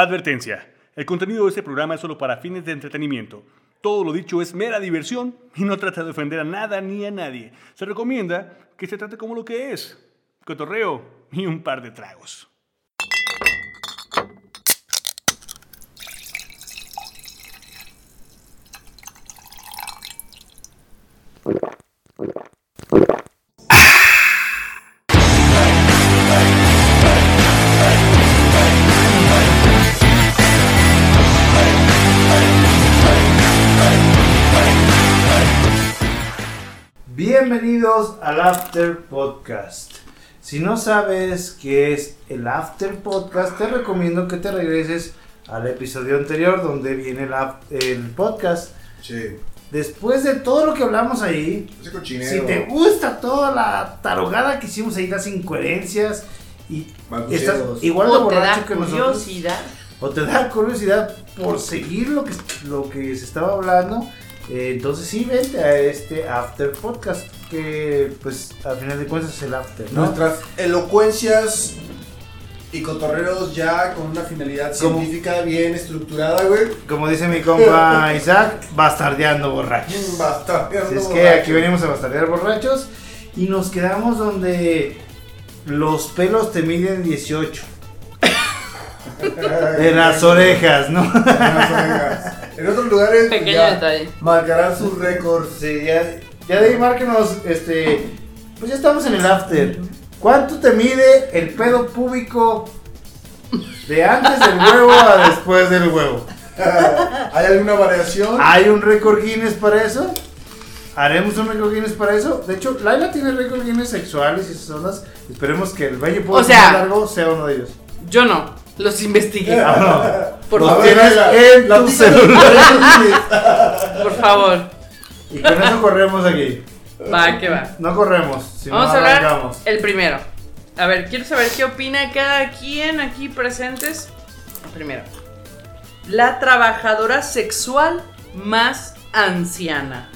Advertencia. El contenido de este programa es solo para fines de entretenimiento. Todo lo dicho es mera diversión y no trata de ofender a nada ni a nadie. Se recomienda que se trate como lo que es. Cotorreo y un par de tragos. Bienvenidos al After Podcast. Si no sabes qué es el After Podcast, te recomiendo que te regreses al episodio anterior donde viene el, af- el podcast. Sí, Después de todo lo que hablamos ahí, ese cochinero. si te gusta toda la tarogada que hicimos ahí, las incoherencias y estás Balbuceos. igual de O te borracho da que nosotros curiosidad. o te da curiosidad por seguir lo que, lo que se estaba hablando, eh, entonces sí, vente a este After Podcast, que pues al final de cuentas es el After, ¿no? Nuestras elocuencias y cotorreros ya con una finalidad ¿Cómo? científica bien estructurada, güey. Como dice mi compa Isaac, bastardeando borrachos. Bastante. Así es que aquí venimos a bastardear borrachos y nos quedamos donde los pelos te miden 18. De las orejas, ¿no? En otros lugares pues, Pequeño ya detalle. marcarán sus récords. Sí, ya, ya de ahí márquenos, este, pues ya estamos en el after. ¿Cuánto te mide el pedo público de antes del huevo a después del huevo? ¿Hay alguna variación? ¿Hay un récord Guinness para eso? ¿Haremos un récord Guinness para eso? De hecho, Laila tiene récord Guinness sexuales y esas ondas. Esperemos que el bello público O sea- más largo sea uno de ellos. Yo no, los investigué. Ah, no. Por Los favor. tienes Laila, en tu platícanos. celular. Por favor, y con eso corremos aquí. va que va. No corremos, sino Vamos a hablar arrancamos. el primero. A ver, quiero saber qué opina cada quien aquí presentes. Primero, la trabajadora sexual más anciana.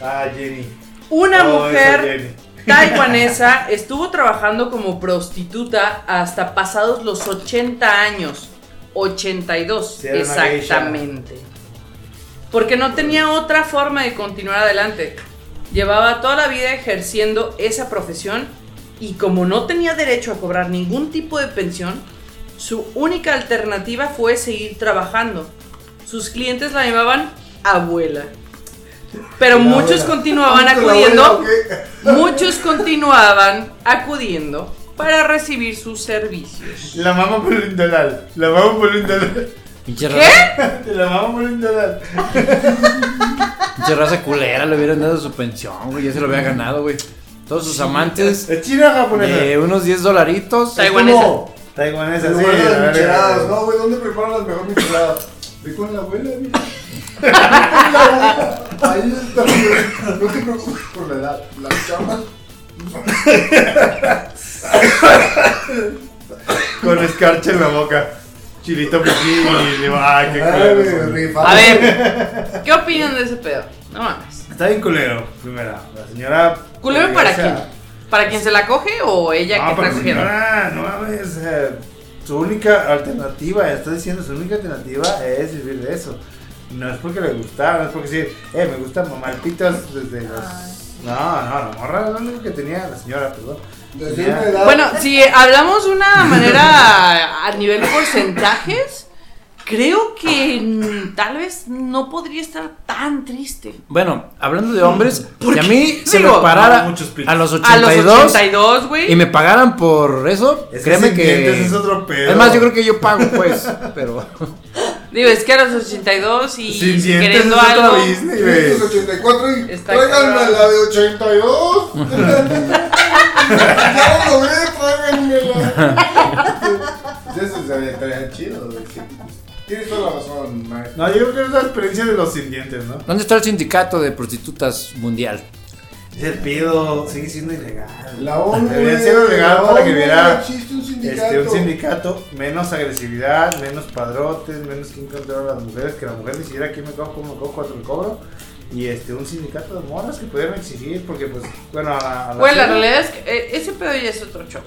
Ah, Jenny. Una Oh, esa mujer Jenny. taiwanesa estuvo trabajando como prostituta hasta pasados los 80 años. 82, Sí, era una geisha. exactamente. Porque no tenía otra forma de continuar adelante. Llevaba toda la vida ejerciendo esa profesión y como no tenía derecho a cobrar ningún tipo de pensión, su única alternativa fue seguir trabajando. Sus clientes la llamaban abuela. Pero La muchos abuela. continuaban ¿Con la acudiendo abuela o qué? Muchos continuaban acudiendo para recibir sus servicios. La mamá por un dólar. La mamá por un dólar. Pinche raza, La mamá por un dólar. pinche raza culera, le hubieran dado su pensión, güey. Ya se lo había ganado, güey. Todos sus amantes Es china o japonesa. de unos 10 dolaritos. Taiwan- ¿Cómo? Taiwanesa, En sí. lugar de la las verga. micheladas, ¿no, güey? ¿Dónde preparan las mejores micheladas? Ve con la abuela, mira. Ahí está, güey. No te preocupes por la edad. Las chamas. Con escarcha en la boca. Chilito piquín y le va, ah, qué Ay, güey, culero. güey. rifado. A ver, ¿qué opinan de ese pedo? No mames. Está bien culero, primera. La señora. pues, ¿Culero para quién? quién? ¿Para quien se la coge o ella No, que pero está cogiendo? señora, no mames. eh, su única alternativa, estoy diciendo, su única alternativa es vivir de eso. No es porque le gustaba, no es porque decir, eh, me gusta mamar pitos desde los. No, no, la morra es lo único que tenía, la señora, perdón. Desde Tenía- una edad. Bueno, si hablamos de una manera a nivel porcentajes, creo que mm, tal vez no podría estar tan triste. Bueno, hablando de hombres, si a mí se Digo, me parara no, muchos pitos. a los A los 82, 82, güey. y me pagaran por eso, Es que créeme sin que. dientes es otro pedo. Es más, yo creo que yo pago, pues. pero. Digo, es que a los 82 y Sin dientes queriendo es otro algo. Disney, güey. 84 y Está tráiganme cabrón. la de 82. ya lo logré, tráiganmela. Eso sería estaría chido. güey, sí. Tienes toda la razón, Mike. No, yo creo que es la experiencia de los sin dientes, ¿no? ¿Dónde está el sindicato de prostitutas mundial? El pido sigue siendo ilegal. La ONU. Debería güey, ser legal la para que ONU, hubiera Existe un sindicato. este, un sindicato, menos agresividad, menos padrotes, menos que encontrar a las mujeres, que la mujer decidiera quién me cojo, cómo me cojo, cuánto me cobro. Y este, un sindicato de morras que pudieran exigir, porque pues, bueno, a la... a la Bueno, la señora- realidad es que eh, ese pedo ya es otro show.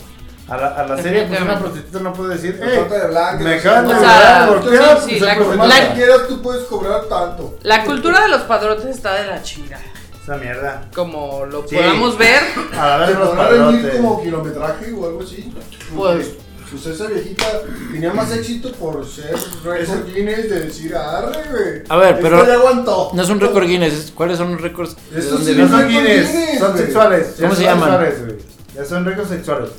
A la, a la serie, pues una prostituta no puede decir, "Ey, Trata de blancas, me o acaban de sea, violar, tú golpear, sí, pues, la- soy prostituta". Más la- que quieras, tú puedes cobrar tanto. La cultura de los padrotes está de la chingada. Esa mierda. Como lo Sí. podamos ver, A la Se verga los podrá rendir padrotes. como kilometraje o algo así. Pues- Pues esa viejita tenía más éxito por ser récord Guinness de decir arre, güey. A ver, pero- Esto ya aguantó. No es un récord Guinness, es- ¿cuáles son los récords? de Eso dónde sí, No viene? son Son guines, guines, son güey. sexuales. ya ¿Cómo se son llaman? sexuales, güey. Ya son ricos sexuales.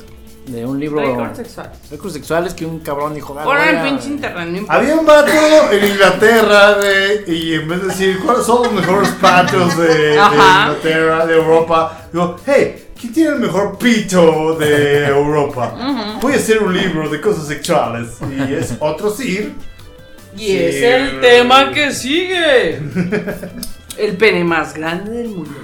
De un libro. récord sexual. Récords sexuales que un cabrón dijo. "Ah, Ahora voy en a- pinche internet, no importa. Había un vato en Inglaterra, güey, y en vez de decir cuáles son los mejores patios de, de Ajá. Inglaterra, de Europa, digo, hey, ¿quién tiene el mejor pito de Europa? Voy a hacer un libro de cosas sexuales. Y es otro Sir. Y Sí, es el güey. tema que sigue. El pene más grande del mundo.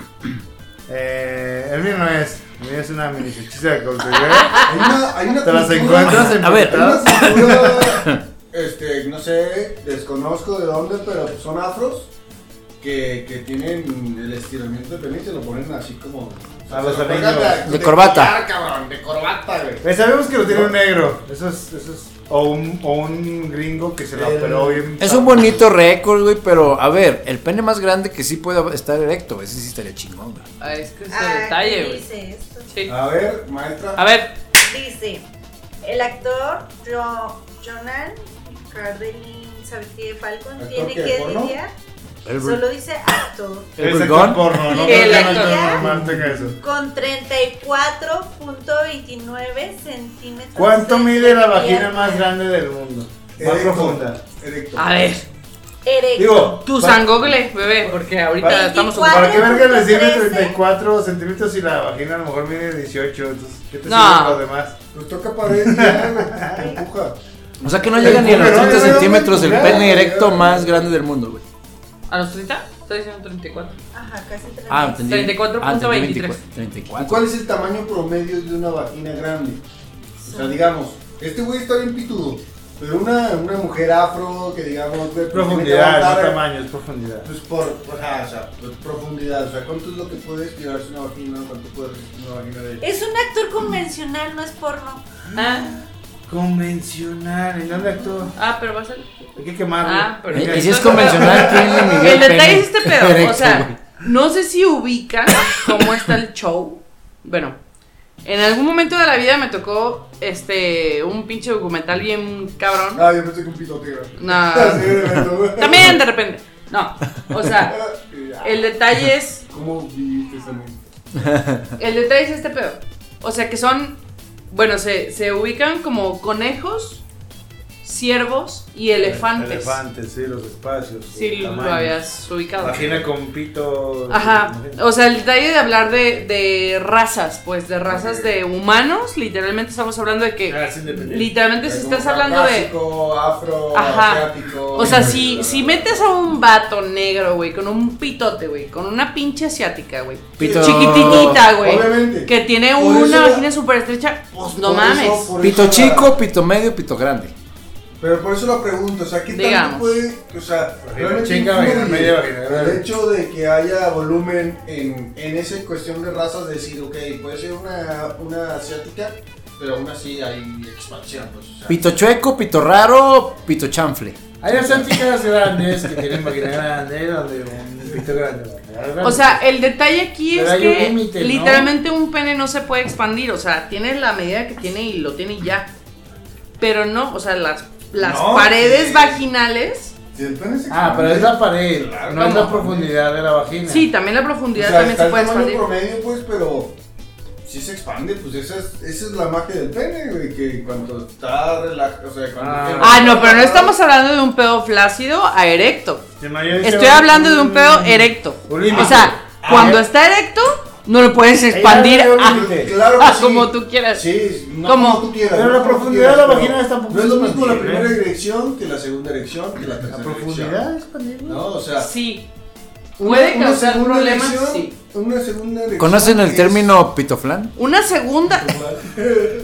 Eh, el mío no es. El mío es una mini fechiza de contenido. Hay una, hay una Te las cultura- encuentras en A ver. Hay una cultura, este, no sé, desconozco de dónde, pero son afros que, que tienen el estiramiento de pene y se lo ponen así como. A los se lo anillos. cuelgan De corbata. collar, cabrón, de corbata, güey. Eh, sabemos que lo tiene un negro. Eso es. Eso es o, un, o un gringo que se lo El- operó bien. Es un bonito récord, güey, pero a ver, el pene más grande que sí pueda estar erecto, ese sí estaría chingón, güey. Ah, es que ese Ah, detalle, ¿qué güey. Dice esto. Sí. A ver, maestra. A ver, Dice, el actor Jo- Jonan Cardelin Sabatier Falcon ¿Actor tiene qué, que porno? lidiar, El, bur- solo dice actor, el Es burgón. actor porno, no El creo que no actor. es tan romántica eso. con 34.29 centímetros. ¿Cuánto de mide la vagina pierna más grande del mundo? Eh, Más Erecto, profunda. erecto. a ver. Erecto. Digo, Tu pa- sangogle, bebé, porque ahorita Para- estamos ocupados. ¿para qué verga les sirve 4.13? 34 centímetros si la vagina a lo mejor mide 18? Entonces, ¿qué te No. sirve lo demás? Pues toca para ver, ya, güey, empuja. O sea que no llega ni a los Pero, 30 pero, pero, centímetros el pero, pene pero, erecto pero, más grande del mundo, güey. ¿A los 30? Está diciendo 34. Ajá, casi te la Ah, mides. entendí. 34.23. Ah, entendí, 34. ¿Cuál es el tamaño promedio de una vagina grande? O sea, digamos, este güey está bien pitudo, pero una, una mujer afro que digamos... de- que Profundidad, no levantara- tamaño, es profundidad. Pues por, o sea, o sea, por profundidad, o sea, ¿cuánto es lo que puede estirarse una vagina? ¿Cuánto puede resistir una vagina de Es un actor convencional, no es porno. Ah, Convencional, ¿en dónde actúa? ah, pero va a ser. Hay que quemarlo. Ah, pero- Eh, Y, Hay que- y si es convencional, tiene Miguel El detalle pene es este pedo. O erecto, güey. sea, no sé si ubican cómo está el show. Bueno, en algún momento de la vida me tocó este un pinche documental bien cabrón. Ah, yo pensé que un pitote era. No. Sí, de verdad. También de repente. No, o sea, el detalle es ¿Cómo viviste ese momento? El detalle es este pedo. O sea que son. Bueno, se, se ubican como conejos, ciervos y elefantes. Elefantes, sí, los espacios. Si los lo tamaños. habías ubicado. Vagina con pito. Ajá. imagina. O sea, el detalle de hablar de, de razas, pues de razas de humanos. Literalmente estamos hablando de que. Ah, es independiente. Literalmente si Como estás hablando de. caucásico, afro, Ajá. asiático. O sea, bla, si, bla, si bla. metes a un vato negro, güey, con un pitote, güey, con una pinche asiática, güey. Pito- Chiquititita, güey. Obviamente. Que tiene Por una eso- vagina súper estrecha. Pues, no por eso- mames. por eso Pito la- chico, pito medio, pito grande. Pero por eso la pregunto, o sea, ¿qué Digamos. tanto puede, o sea, realmente chica, influye vagina media, vagina grande. el hecho de que haya volumen en, en esa cuestión de razas, decir, ok, puede ser una, una asiática, pero aún así hay expansión, pues, o sea, Pito chueco, pito raro, pito chanfle. Hay asiáticas grandes que tienen vagina grande, donde un pito grande. ¿verdad? O sea, el detalle aquí Pero es hay un que límite, ¿no? literalmente un pene no se puede expandir, o sea, tiene la medida que tiene y lo tiene y ya. Pero no, o sea, las, las No, paredes sí. vaginales, si el pene se Ah, pero es la pared, Claro, no es la ¿cómo? profundidad de la vagina. sí, también la o profundidad sea, también está se el puede tamaño expandir. promedio, pues, pero si se expande, pues esa es, esa es la magia del pene, güey, que cuando está relajado, o sea, cuando... Ah. tiene- Ah, no, pero no estamos hablando de un pedo flácido a erecto. Si no, yo Estoy decía, hablando de un pedo mm, erecto. un límite. O sea, cuando Ah, está erecto, no lo puedes expandir Ahí hay un a- límite. Claro que a sí. Ah, como tú quieras. Sí, no ¿Cómo? como tú quieras. Pero no la como tú profundidad de quieras, la pero vagina está No es lo mismo la expandible, primera erección que la segunda erección que la La tercera profundidad es expandible. erección. No, o sea, Sí. Puede causar segunda problemas, erección- sí. Una segunda erección. ¿Conocen el es- término pitoflan? Una segunda,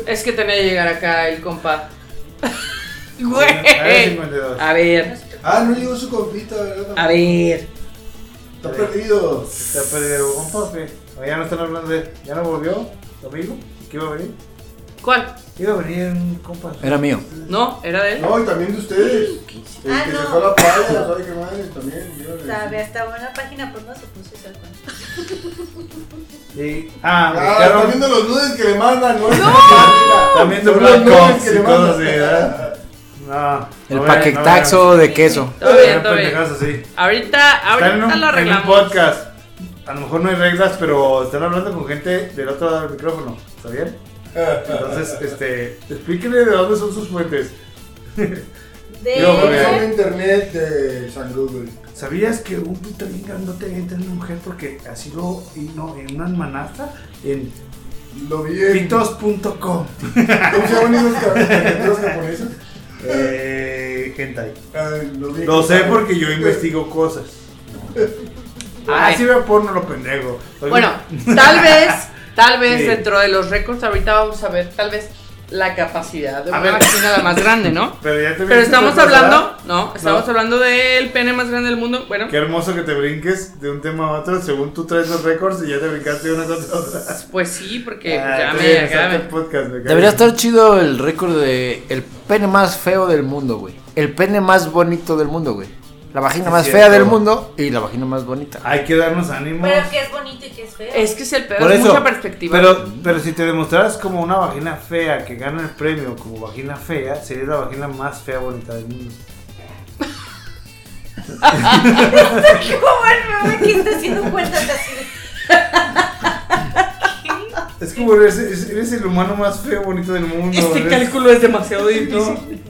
Es que tenía que llegar acá el compa. Ahora Güey. 52. A ver, Ah, no llegó su compita, a ¿verdad? ver. Está perdido. Está perdido con Pope. O ya no están hablando de. ¿Ya no volvió? ¿Domingo? ¿Qué iba a venir? ¿Cuál? Iba a venir un compa. Era mío. No, era de él. No, y también de ustedes. El que Ah, se no. fue a la playa, ¿sabe qué madre? También. yo- Sabe, hasta buena página, pues no se puso esa cuenta. Sí. Ah, Ah, buscaron- están viendo los nudes que le mandan, ¿no? También de Son Black los nudes Ops que y le cosas mandan. así, ¿verdad? No. El no vean, paquetaxo de queso. No Todo vean, bien, no todo vean bien. pendejadas así. Ahorita, Están en ahorita un, lo en un arreglamos. podcast. A lo mejor no hay reglas, pero están hablando con gente del otro lado del micrófono. ¿Está bien? Entonces, este, explíquenle de dónde son sus fuentes. De Yo, Porque son de hecho, internet de San Google. ¿Sabías que un pito bien grandote entra en una mujer porque así lo no, en una manasta en Lo vi en. pitos.com? ¿Cómo se llaman esos caricaturas japonesas? Eh, hentai. Eh, Lo vi en- Lo sé porque yo investigo cosas. Ah, Ay. sí veo porno lo pendejo. Soy- Bueno, tal vez, tal vez Sí. dentro de los récords, ahorita vamos a ver, tal vez la capacidad de A una ver. máquina la más grande, ¿no? Pero ya te Pero viste estamos otra cosa, hablando, ¿verdad? no, estamos No. hablando del pene más grande del mundo. Bueno, Qué hermoso que te brinques de un tema a otro según tú traes los récords y ya te brincaste de una cosa a otra. pues sí, porque Ah, ya está me, bien, ya está me- el podcast, me cae Debería bien. estar chido el récord de el pene más feo del mundo, güey. El pene más bonito del mundo, güey. La vagina Es más cierto. fea del mundo y la vagina más bonita. Hay que darnos ánimos. pero que es bonito y que es feo. Es que es el pedo, es mucha perspectiva. Pero, pero si te demostraras como una vagina fea que gana el premio como vagina fea, sería la vagina más fea bonita del mundo. ¿Cómo el meme que está haciendo cuentas así? Es como eres, es- eres el humano más feo bonito del mundo. este eres- cálculo es demasiado difícil.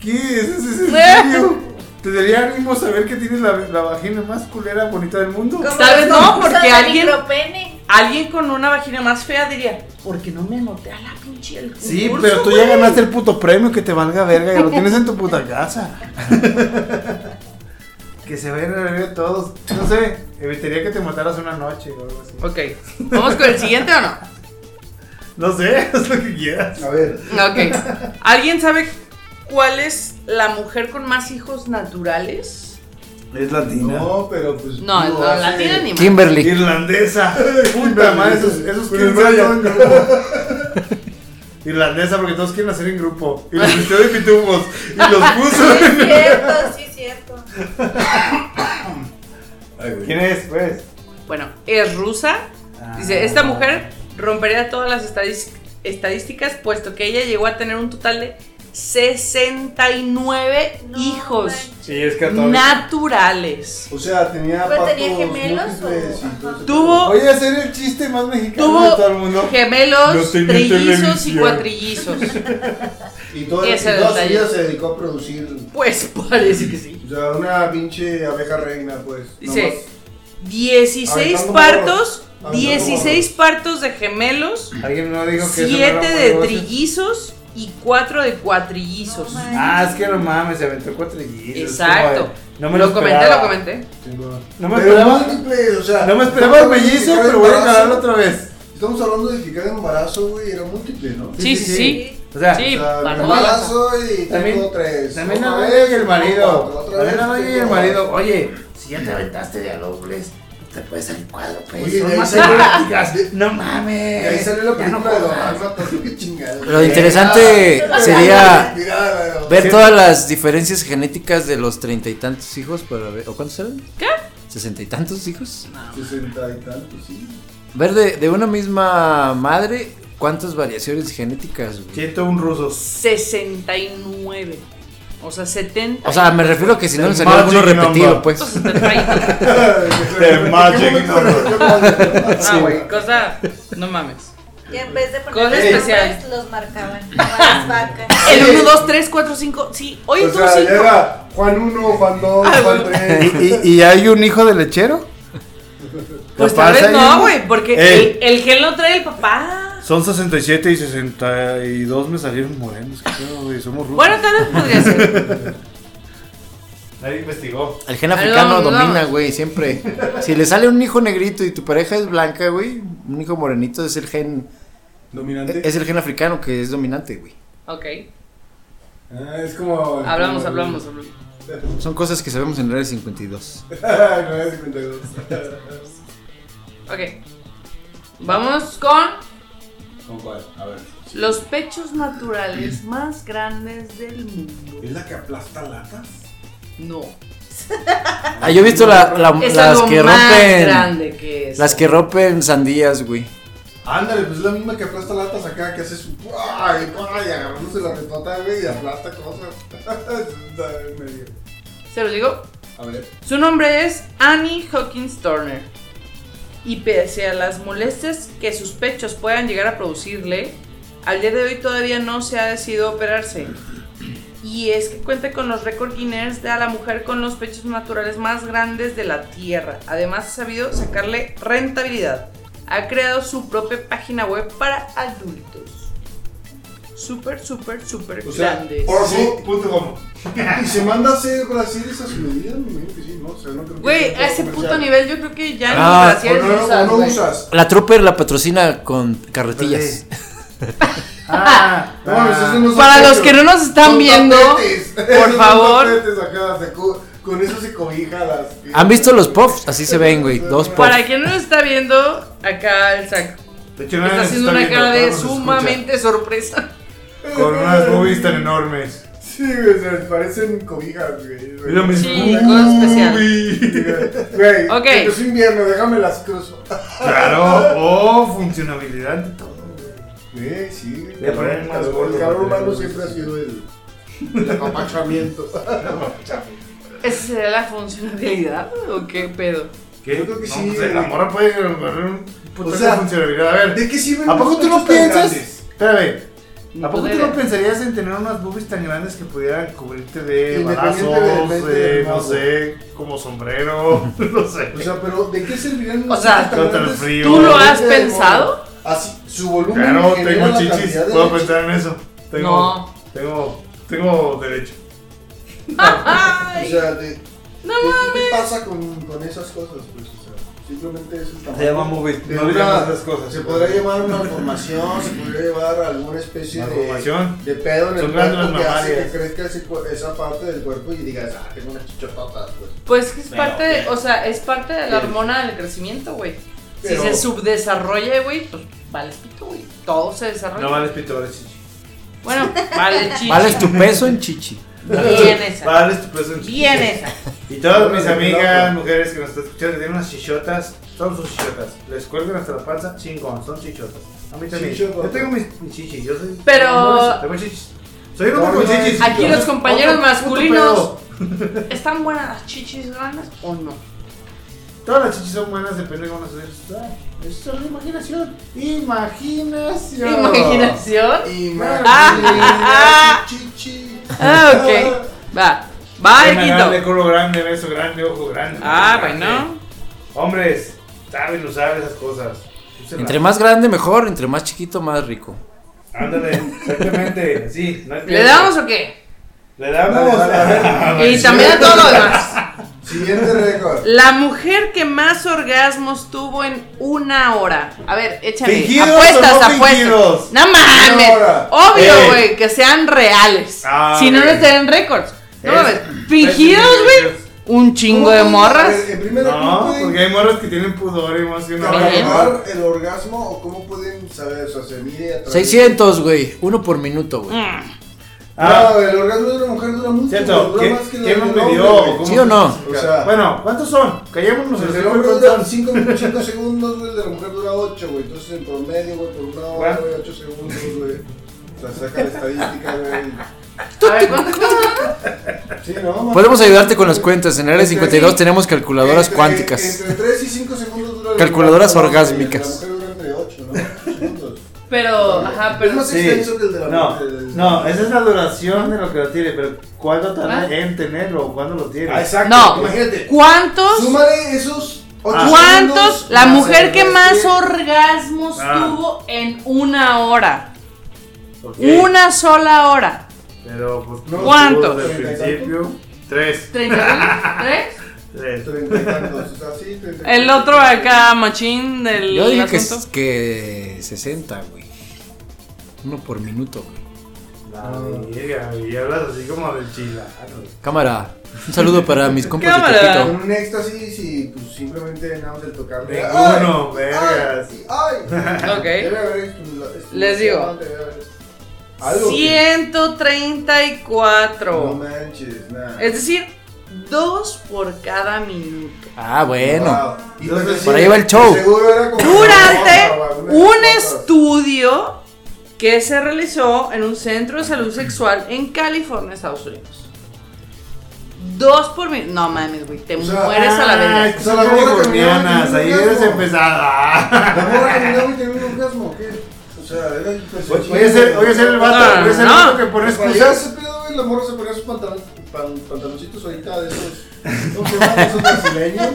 ¿Qué? ¿Es, es, es en serio? ¿Te daría ánimo saber que tienes la, la vagina más culera bonita del mundo? Como Tal vez los no, concursos porque de alguien- micropene. Alguien con una vagina más fea diría, ¿por qué no me anoté a la pinche el Sí, concurso, pero tú güey?" ya ganaste el puto premio que te valga verga y lo tienes en tu puta casa. que se vayan a ver todos. No sé, evitaría que te mataras una noche o algo así. Ok, ¿vamos con el siguiente o no? No sé, es lo que quieras. A ver. Ok. ¿Alguien sabe cuál es la mujer con más hijos naturales? Es latina. No, pero pues. No, no, la tiene ni más. Kimberly. Irlandesa. Puta madre, esos, esos Con el quieren ser Brian. todo en grupo. Irlandesa, porque todos quieren hacer en grupo. Y los vistió de pitufos. Y los puso. Sí, es cierto, sí, es cierto. Ay, güey. ¿Quién es, pues? Bueno, es rusa. Ah. Dice, esta mujer rompería todas las estadis- estadísticas puesto que ella llegó a tener un total de 69 No hijos manches. Sí, es católica. naturales. O sea, tenía ¿Pero patos tenía gemelos múltiples o- y todo ese Tuvo Oye, hacer el chiste más mexicano de todo el mundo. tuvo gemelos, No tenía trillizos y televisión. cuatrillizos. pedo. Y todo, y Ese toda su detalle. vida se dedicó a producir. Pues parece que sí. O sea, una pinche abeja reina, pues. Dice, 16 Aventando partos, morros. 16 partos de gemelos, Alguien no dijo que eso no era un 7 buen de negocio? trillizos y 4 de cuatrillizos. No, man. Ah, es que no mames, se aventó cuatro guillos. Exacto. No me lo comenté, lo esperaba. comenté. Nomás, No me pero esperaba- múltiples, o sea. No me esperaba el estamos hablando de mellizo, que cada pero voy a embarazo- ganarlo otra vez. Estamos hablando de que cada embarazo, güey, era múltiple, ¿no? Sí, sí, sí. O sea, Sí, O sea, mi para todas las- embarazo y También- tengo tres. También Otra la vez, novia y el tengo cuatro, marido. otra También vez la novia y el tengo- marido. Oye, Si ya te aventaste de a dobles, te puedes salir cuadro, pues. Oye, de ahí no más salió- prácticas. No Y ahí Eh, mames. salió la Ya no película de Don jodas. Arma, así que chingada. Lo Eh, interesante sería Mira, pero- ver todas las diferencias genéticas de los treinta y tantos hijos para ver. ¿O cuántos eran? ¿Qué? ¿Sesenta y tantos hijos? 60 y tantos, sí. Ver de, de una misma madre cuántas variaciones genéticas, güey. siento un ruso. 69. O sea, 70. O sea, me refiero a que si no le salió Magic alguno repetido, number. pues. 70. The Magic Number. No, Ah, güey, cosa. No mames. Y en vez de Cosa poner los especial. nombres, los marcaban. como a las vacas. El 1, 2, 3, 4, 5. Sí, oye, O tú sea, 5. llega Juan 1, Juan 2, Ah, Juan bueno. 3. ¿Y, y hay un hijo de lechero? Pues Papá, tal vez ¿hay no, uno? güey, porque Ey. Eh. el, el gel lo trae el papá. Son 67 y 62 me salieron morenos. ¿Qué pedo, güey? Somos rusos. Bueno, tal vez podría ser. Nadie investigó. El gen Ay, africano no, no. domina, güey, siempre. Si le sale un hijo negrito y tu pareja es blanca, güey, un hijo morenito es el gen Dominante. es el gen africano que es dominante, güey. Ok, Ah, es como. hablamos, como- hablamos, hablamos. Son cosas que sabemos en el área 52. Ay, no, es 52. Ok. Vamos con ¿Con cuál? A ver. Los pechos naturales más grandes del mundo. ¿Es la que aplasta latas? No. Ah, yo he visto la- la- Es las algo que más rompen. grande que es. Las que rompen sandías, güey. Ándale, pues es la misma que aplasta latas acá, que hace su. ¡Ay, ay! Agarrándose la retota, güey, y aplasta cosas. Está medio. Se los digo. A ver. Su nombre es Annie Hawkins Turner. Y pese a las molestias que sus pechos puedan llegar a producirle, al día de hoy todavía no se ha decidido operarse. Y es que cuenta con los récord Guinness de a la mujer con los pechos naturales más grandes de la Tierra. Además ha sabido sacarle rentabilidad. Ha creado su propia página web para adultos. Súper, súper, súper O sea, grandes. porfu.com. Y se manda a hacer Brasil esas medidas, me imagino que sí, ¿no? O sea, no creo que Güey, sea a ese comercial. puto nivel yo creo que ya Ah, ni brasieres O no, o usas, no güey. usas. La Trooper la patrocina con carretillas. Ah, No, mames, eso no son Para los pechos. que no nos están Son viendo, tapetes. Son por favor, tapetes acá, se cu- Con eso se cobija las. ¿Han visto los puffs? Así se ven, güey. Dos puffs. Pues, para quien no nos está viendo, acá el saco De hecho, nadie Ah, está nos haciendo una viendo, cara de todos nos escuchan. sumamente sorpresa. Con unas movies tan enormes. Sí, güey, se parecen cobijas, güey. Mira, mis Sí, cosa especial. movies. Güey, Ok. empezó invierno, déjame las cruzo. Claro, oh, funcionabilidad de todo. Güey, sí. güey. Le ponen El más calor- gordo, El calor güey. humano siempre ha sido el. El apapachamiento. ¿Esa será la funcionalidad o qué pedo? ¿Qué? Yo creo que no, sí, pues, la güey. morra puede agarrar un puto sea, de funcionalidad. A ver, ¿De qué sirven ¿a poco los tú no pechos tan piensas? grandes? Espérame, Ni ¿a poco tú poder. no pensarías en tener unas boobies tan grandes que pudieran cubrirte de Independientemente balazos, del de, no mago. sé, como sombrero, no sé, O sea, pero ¿de qué servirán O sea, tantas contra el grandes? frío? ¿Tú lo has Depende de- pensado? Así, su volumen. Claro, genera tengo la chichis, cantidad de puedo leche. pensar en eso. Tengo, No. tengo, tengo derecho. O Ay, sea, de, no ¿qué, mames. qué pasa con, con esas cosas? Pues, o sea, simplemente es el tamaño. movie, de una- Se podría llevar una formación, se podría llevar alguna especie Una de, malformación. de pedo en el Son cuerpo glándulas que hace que mamarias. crezca ese cu- esa parte del cuerpo y digas, ah, tengo unas chichototas. Pues. Pues que es parte, de, o sea, es parte de la hormona del crecimiento, güey. Si Pero- se subdesarrolla, güey, pues vale pito, güey. Todo se desarrolla. No vales pito, vales chichi. Bueno, vale chichi. Vales tu peso en chichi. Bien esa. Vales tu peso en chichi. Bien esa. Y todas mis amigas, mujeres que nos están escuchando, que tienen unas chichotas, son sus chichotas. Les cuelgan hasta la panza, chingón, son chichotas. A mí también. Chichotas. Yo tengo mis, mis chichis, yo soy. Pero- Tengo chichis. Soy un hombre No, con no, chichis. Aquí los compañeros Otro puto masculinos. pedo. ¿Están buenas las chichis grandes o no? Todas las chichis son buenas, depende de cómo las uses. Ah, Es solo imaginación. Imaginación. ¿Imaginación? Y Ah, ah, ah. chichi. Ah, ok. Va. Va, Pena grande, Quito. culo grande, beso grande, ojo grande. Ah, grande. bueno. Hombres, saben usar esas cosas. Úsenlas. Entre más grande, mejor. Entre más chiquito, más rico. Ándale, exactamente, así. no hay ¿Le pierde. damos o qué? Le damos. a ver. Y también a todo lo demás. Siguiente récord. La mujer que más orgasmos tuvo en una hora. A ver, échame. ¿Fingidos apuestas, o no apuestas. fingidos? No mames. Una hora. Obvio, Eh. güey, que sean reales. Ah, si no, ok. no estarían récords. No Es- mames. Fingidos, güey. Un chingo de morras. Eh, En primera, ¿cómo No, pueden porque hay morras que tienen pudor y más que una Bien. calcular el orgasmo o cómo pueden saber? O sea, se mide a través- 600, güey. Uno por minuto, güey. Mm. Ah, No, el orgasmo de una mujer dura mucho. Cierto, dura ¿quién- más que la quién de nos un hombre, midió? güey. ¿Cómo ¿Sí o no? O sea, Bueno, ¿cuántos son? Callémonos Pues los el hijos, hombre ¿cuántos dura son? 5 segundos, güey, el de la mujer dura 8, güey. Entonces, en promedio, güey, por una hora, ¿Cuál? güey, 8 segundos, güey. O sea, saca la estadística, güey. A ver, ¿cuánto- Sí, ¿no? Podemos ayudarte con las cuentas. En el área Entre- 52 tenemos calculadoras entre- cuánticas. Entre 3 y 5 segundos dura el Calculadoras orgasmo, güey, orgásmicas. La mujer dura entre 8, ¿no? Ocho segundos. Pero, ajá, Ah, Es pero. más extenso que el de la No, mujer. el- no, esa es la duración de lo que lo tiene, pero ¿cuándo tarda ¿Ah? en tenerlo o cuándo lo tiene? Ah, exacto. No. Imagínate. ¿Cuántos? Súmale esos. ocho Ah. ¿Cuántos? segundos La más mujer el que más resto. orgasmos Ah. tuvo en una hora. Ok, Una sola hora. Pero, pues, No, ¿cuántos? Desde el principio, tres. ¿30 ¿Tres? Tres. Treinta y tantos, o sea, sí, treinta y El tantos. otro acá, machín del Yo digo que, asunto. que 60, güey. Uno por minuto, güey. La verga, y hablas así como del chilano. Cámara. Un saludo para mis compas Cámara. de Con Tepito. un éxtasis y pues simplemente nada más del tocarle. Ninguno, ¡Ay! vergas. ¡Ay! ¡Ay! Debe Ok. haber estimula- estimulación, Les digo. debe haber- Algo. que- 134. No manches, nada. Es decir, dos por cada minuto. Ah, bueno. Wow. Y pues, entonces, Por ahí sí, va el show. Seguro era como. Durante Una cosa, una un cosa. estudio que se realizó en un centro de salud sexual en California, Estados Unidos. Dos por minuto. No mames, güey. Te O sea, mueres a la Ay, verga. son las californianas, ahí eres empezada. La morra que no güey, tenía un orgasmo, ¿qué? O sea, era impresionante. Voy a ser, voy a ser el vato, voy a ser el No, vato que pone Pues para allá excusas. ese pedo, güey, la morra se ponía sus pantal- pan- pantaloncitos ahorita de esos. ¿Cómo se llaman esos brasileños?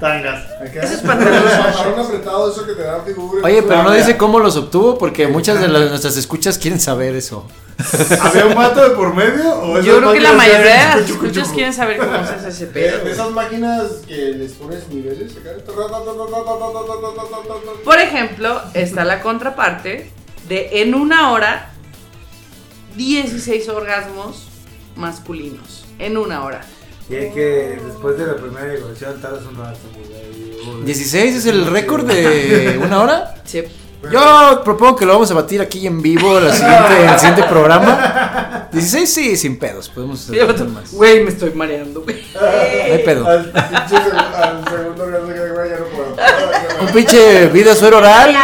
Tangas. Acá. Esos pantalones. Los pantalón apretado, eso que te da figura. Oye, pero no Ah, dice cómo los obtuvo porque muchas de las- nuestras escuchas quieren saber eso. ¿Había un vato de por medio? O pues, esos Yo creo que vatos la hacían mayoría de las chucu, chucu, escuchas chucu? quieren saber cómo se hace ese De, pedo. de güey. esas máquinas que les pones niveles acá. ta, ta, ta, ta, ta, ta, ta, ta, ta, ta. Por ejemplo, está la contraparte de en una hora 16 orgasmos masculinos. En una hora. Y es que después de la primera diversión tardas un rato, pues, güey. 16 es el récord de una hora. Sí. Yo propongo que lo vamos a batir aquí en vivo la siguiente, en el siguiente programa. 16 sí, sin pedos, podemos hacer más. No Güey, me estoy mareando, güey. hay pedo. Al, pinche seg- al segundo grado que güey, ya no puedo. Un pinche vida suero oral,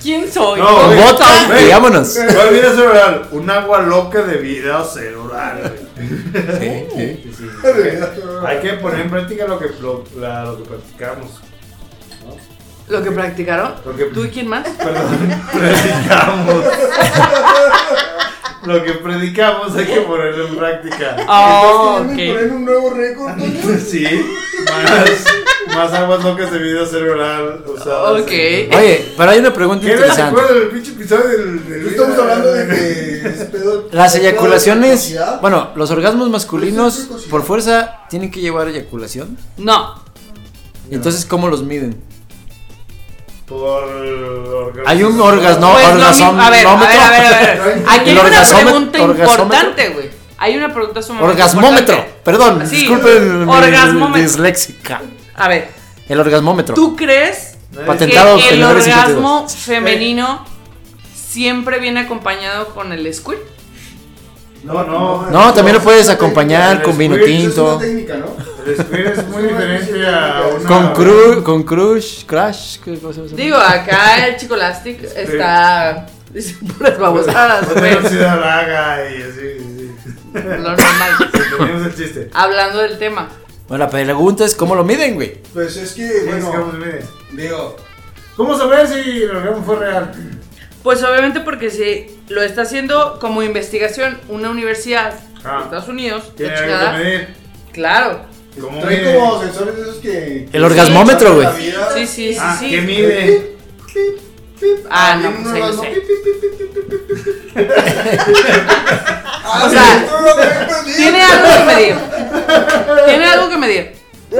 ¿Quién soy? No, ¿Cómo con güey. botas Güey. y vámonos. ¿Cuál vida cerebral? Un agua loca de vida cerebral, ah, güey. Sí, sí. Sí, sí. Hay que poner en práctica lo que, lo, la- lo que practicamos. ¿Lo que practicaron? Lo que- ¿Tú y quién más? Perdón, predicamos. Lo que predicamos hay que ponerlo en práctica. Ah, Entonces, ¿quieren ok. poner un nuevo récord, Toño? Sí, más, más aguas locas de video cerebral usadas. Ok. Oye, pero hay una pregunta ¿Qué les interesante. acuerdo del pinche episodio del, del- Estamos hablando de que es pedo- Las pedo de eyaculaciones, capacidad. bueno, los orgasmos masculinos por fuerza tienen que llevar eyaculación. No. ¿Y entonces cómo los miden? Por Hay un orgasmo, Pues lo orgasómetro. mismo- a ver, a ver, a ver, a ver. Aquí hay El una orgasómetro- pregunta orgasómetro. importante, güey. Hay una pregunta sumamente Orgasmómetro, importante. perdón, Sí, disculpen mi orgasmómetro. disléxica. A ver, El orgasmómetro. ¿tú crees que Patentado el en el orgasmo femenino siempre viene acompañado con el squirt? No, no. No, también lo puedes acompañar el con vino squirt, Esa es tinto, una técnica, ¿no? El squid es muy diferente a una. con cru, con crush, crash, ¿qué- cómo se llama? Digo, acá el chico Lastic está... Dice puras pues, Ah, babosadas, Otra güey. velocidad larga y así. sí, sí. Lo normal. Entendimos el chiste. Hablando del tema. Bueno, la pregunta es cómo lo miden, güey. Pues es que, ¿Cómo bueno, se mide? digo, ¿Cómo saber si el orgasmo fue real? Pues obviamente porque si lo está haciendo como investigación una universidad Ah. de Estados Unidos, la Tiene algo chingada, que medir. claro. ¿Cómo trae mide? como sensores de esos que. que El orgasmómetro, se güey. echan la vida. Sí, sí, sí, Ah, sí. ¿qué ¿eh? mide? Ah, no, tiene pues un ahí lo orgasmo. sé. Pip, pip, pip, pip, pip, pip, pip, pip. Ah, O sea, sí, tú no lo pues, habías Tiene entendido. algo que medir. Tiene algo que medir.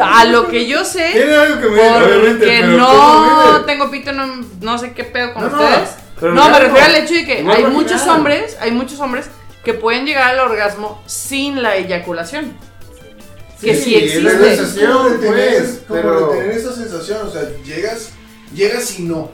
A lo que yo Tiene sé, algo que medir, obviamente. porque pero ¿cómo no mide? tengo pito, no, no sé qué pedo con No, no, ustedes. No, pero me claro. refiero al hecho de que Igual hay va a muchos girar. hombres, hay muchos hombres que pueden llegar al orgasmo sin la eyaculación. Que sí, Sí, es la existe. sensación, Es como de tener- pues, como pero- de tener esa sensación, o sea, llegas, llegas y no.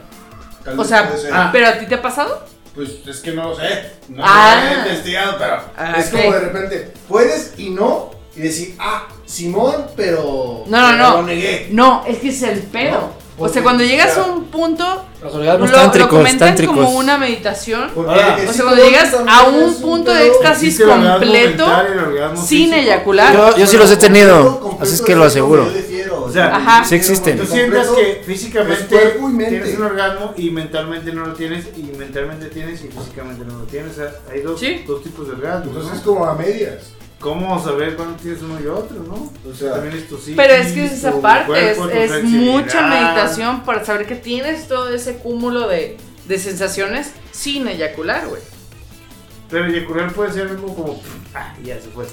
Tal O vez sea, puede ser. ah. ¿pero a ti te ha pasado? pues es que no lo sé, no Ah. lo he investigado, pero Ah, es ok. como de repente puedes y no y decir, ah, Simón, pero No, no, pero no. lo negué. No, es que es el pedo. No, o porque, sea, cuando llegas a o sea, un punto, Los lo, orgasmos lo tántricos, comentan tántricos. como una meditación. Porque Ahora, el O sea, psicólogo cuando llegas a también un es punto de pedo éxtasis Existe el orgasmo completo, mental y el orgasmo sin físico. eyacular. Yo, yo sí los he completo, tenido, completo, así es que lo aseguro. yo difiero, O sea, Ajá. sí existen. Tú Por sientes completo, que es físicamente cuerpo y mente. tienes un orgasmo y mentalmente no lo tienes, y mentalmente tienes y físicamente no lo tienes. O sea, hay dos, Sí. dos tipos de orgasmos. Entonces ¿no? pues, es como a medias. ¿Cómo saber cuándo tienes uno y otro, no? O sea, también es tu psiquis, Pero es que es esa tu parte, es, cuerpo, tu es mucha flexibilidad. meditación para saber que tienes todo ese cúmulo de, de sensaciones sin eyacular, güey. Pero eyacular puede ser algo como, ah, ya se fue.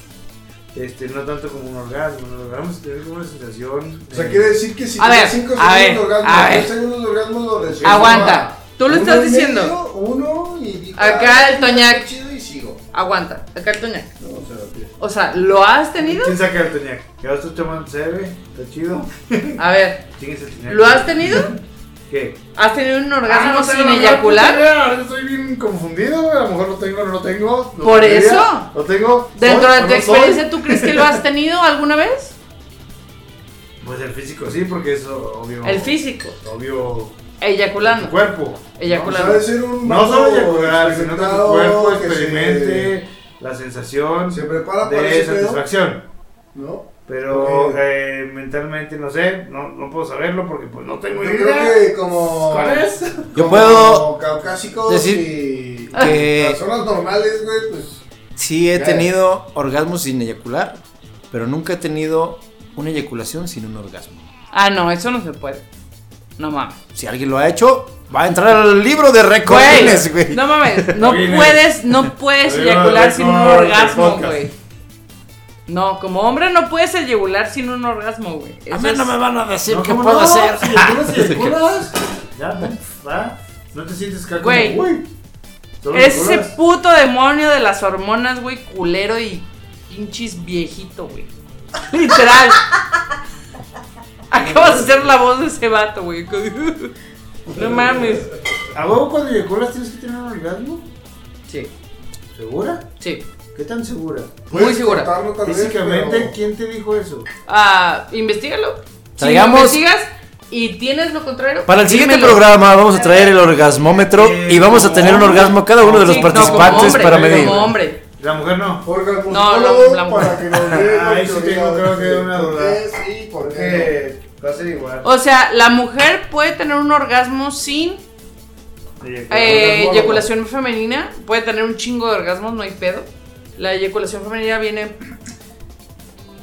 Este, no tanto como un orgasmo, un orgasmo es tener como una sensación. O sea, eh, quiere decir que si A tienes ver, cinco a segundos ver, de orgasmo, a tres ver. segundos de orgasmo lo recibes. Aguanta. Tú lo Uno estás y diciendo. medio, uno y dijo, Acá ah, el está Toñac. Chido y sigo. aguanta, el cartuñac. No, o sea, que- O sea, ¿lo has tenido? ¿Quién saca el teñac? ¿Ya estás tomando chévere? ¿Está chido? A ver, ¿Quién es el teñac? ¿lo has tenido? ¿Qué? ¿Has tenido un Ah, orgasmo no sin tengo la puta eyacular? idea, ahora Estoy bien confundido, güey, a lo mejor lo tengo, no lo tengo. no Por tengo idea, eso. Lo tengo. Dentro ¿soy de o tu no experiencia, soy? ¿tú crees que lo has tenido alguna vez? Pues el físico sí, porque eso obvio. El físico, Obvio. Tu eyaculando. cuerpo. Eyaculando. Puede pues, ser un No solo vato eyacular, sino que tu experimentado cuerpo que se- experimente la sensación se prepara para de ese pedo. satisfacción. ¿No? Pero Ok. eh, mentalmente no sé, no, no puedo saberlo porque pues no tengo Yo idea. creo que como. ¿Cuál es? Yo como puedo Caucásicos decir y. que- Personas normales, güey, pues. Sí, he Ya. tenido orgasmos sin eyacular, pero nunca he tenido una eyaculación sin un orgasmo. Ah, no, eso no se puede. No mames. Si alguien lo ha hecho, va a entrar al libro de récords Guinness, Güey, güey. no mames, no Guinness. puedes, no puedes Arriba eyacular del sin un récord del orgasmo, podcast. güey. No, como hombre no puedes eyacular sin un orgasmo, güey. a Eso mí no es- me van a decir No, qué ¿cómo puedo no? hacer. Ah, Si eyaculas, si eyaculas. ya, puf, va. No te sientes acá como, Güey. uy. solo Ese eyaculas. puto demonio de las hormonas, güey, culero y pinches viejito, güey. Literal. Acabas de hacer la voz de ese vato, güey. No mames. ¿A huevo cuando eyaculas tienes que tener un orgasmo? Sí, ¿Segura? sí. ¿Qué tan segura? Muy puedes segura. cortarlo tal vez, Físicamente, pero- ¿quién te dijo eso? Ah, investigalo. Traigamos- Si lo investigas y tienes lo contrario. Para el siguiente dímelo. programa vamos a traer el orgasmómetro Eh, y vamos a tener un no. orgasmo cada uno de los Sí, no, como participantes hombre, para medir. Como hombre. La mujer no. Jorge el No, la- musicólogo, la- para que nos diga Ahí lo sí que tengo, diga, creo que una ¿por duda. Eh, qué Sí, por qué Porque va a ser igual. O sea, la mujer puede tener un orgasmo sin Eyacular. eh, orgasmo, eyaculación femenina. Puede tener un chingo de orgasmos, no hay pedo. La eyaculación femenina viene.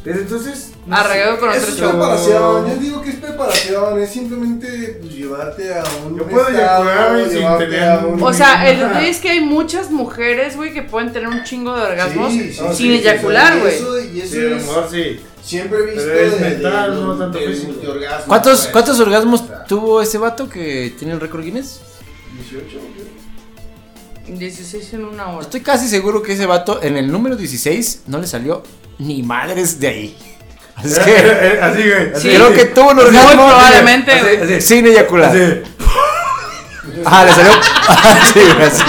Desde entonces. Arreglado con no. otro Eso es show. preparación, yo digo que es preparación, es simplemente pues, llevarte a un Yo puedo estado, eyacular sin llevarte tener a un- O sea, el Ajá. detalle es que hay muchas mujeres, güey, que pueden tener un chingo de orgasmos Sí, sí, sin sí, sí, eyacular, sí, güey. Eso, y eso Sí, a lo es- mejor sí. siempre he visto Pero es de- de- mental, de- no tanto de físico. multiorgasmo, ¿Cuántos, pues. ¿Cuántos orgasmos tuvo ese vato que tiene el récord Guinness? 18, güey. 16 en una hora. Estoy casi seguro que ese vato en el número 16 no le salió ni madres de ahí. Así es que Eh, eh, Así, güey. así. Sí. creo que tuvo un Muy orgasmo probablemente, así, güey. así, sin eyacular. Así. Ah, le salió así, así.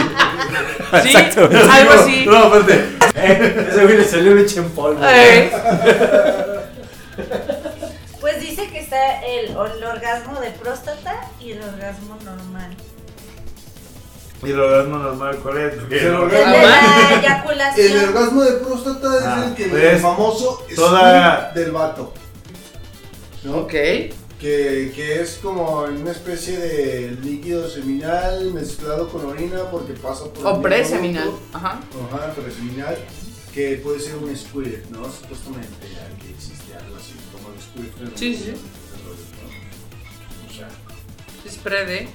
Sí, Exacto. algo así. No, aparte. eh, Ese güey le salió leche en polvo. Eh, Pues dice que está el, el orgasmo de próstata y el orgasmo normal. Y el orgasmo normal, ¿cuál es? Porque El orgasmo- El de la eyaculación. El orgasmo de próstata es Ah, el que pues, el famoso toda- toda... del vato. ¿no? ok. Que, que es como una especie de líquido seminal mezclado con orina porque pasa por. el O mismo preseminal. ducto. Ajá. Ajá, preseminal. Que puede ser un squirt, ¿no? Supuestamente ya que existe algo así como el squirt. pero- Sí, sí. O sea, Espera de.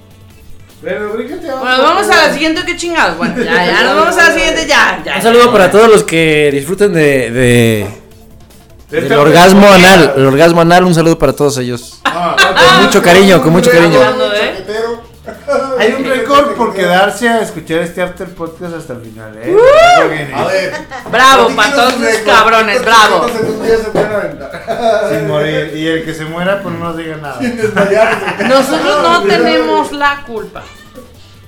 Pero, ¿por qué te Bueno, nos vamos a la siguiente, qué chingados. Bueno, ya, ya, nos vamos a la siguiente, ya, ya. Un saludo para todos los que disfruten de, de- Del del orgasmo anal. El orgasmo anal, un saludo para todos ellos. Con mucho cariño, con mucho cariño. Hablando de- Chaquetero. Hay un récord por quedarse a escuchar este after podcast hasta el final, ¿eh? Creo que A ver. Bravo, para platícanos todos un los récord. cabrones, ¿Cuántos bravo. récords en tus días se pueden aventar? Sin morir. Y el que se muera, pues no nos diga nada. Desmayarse. Nosotros no tenemos la culpa.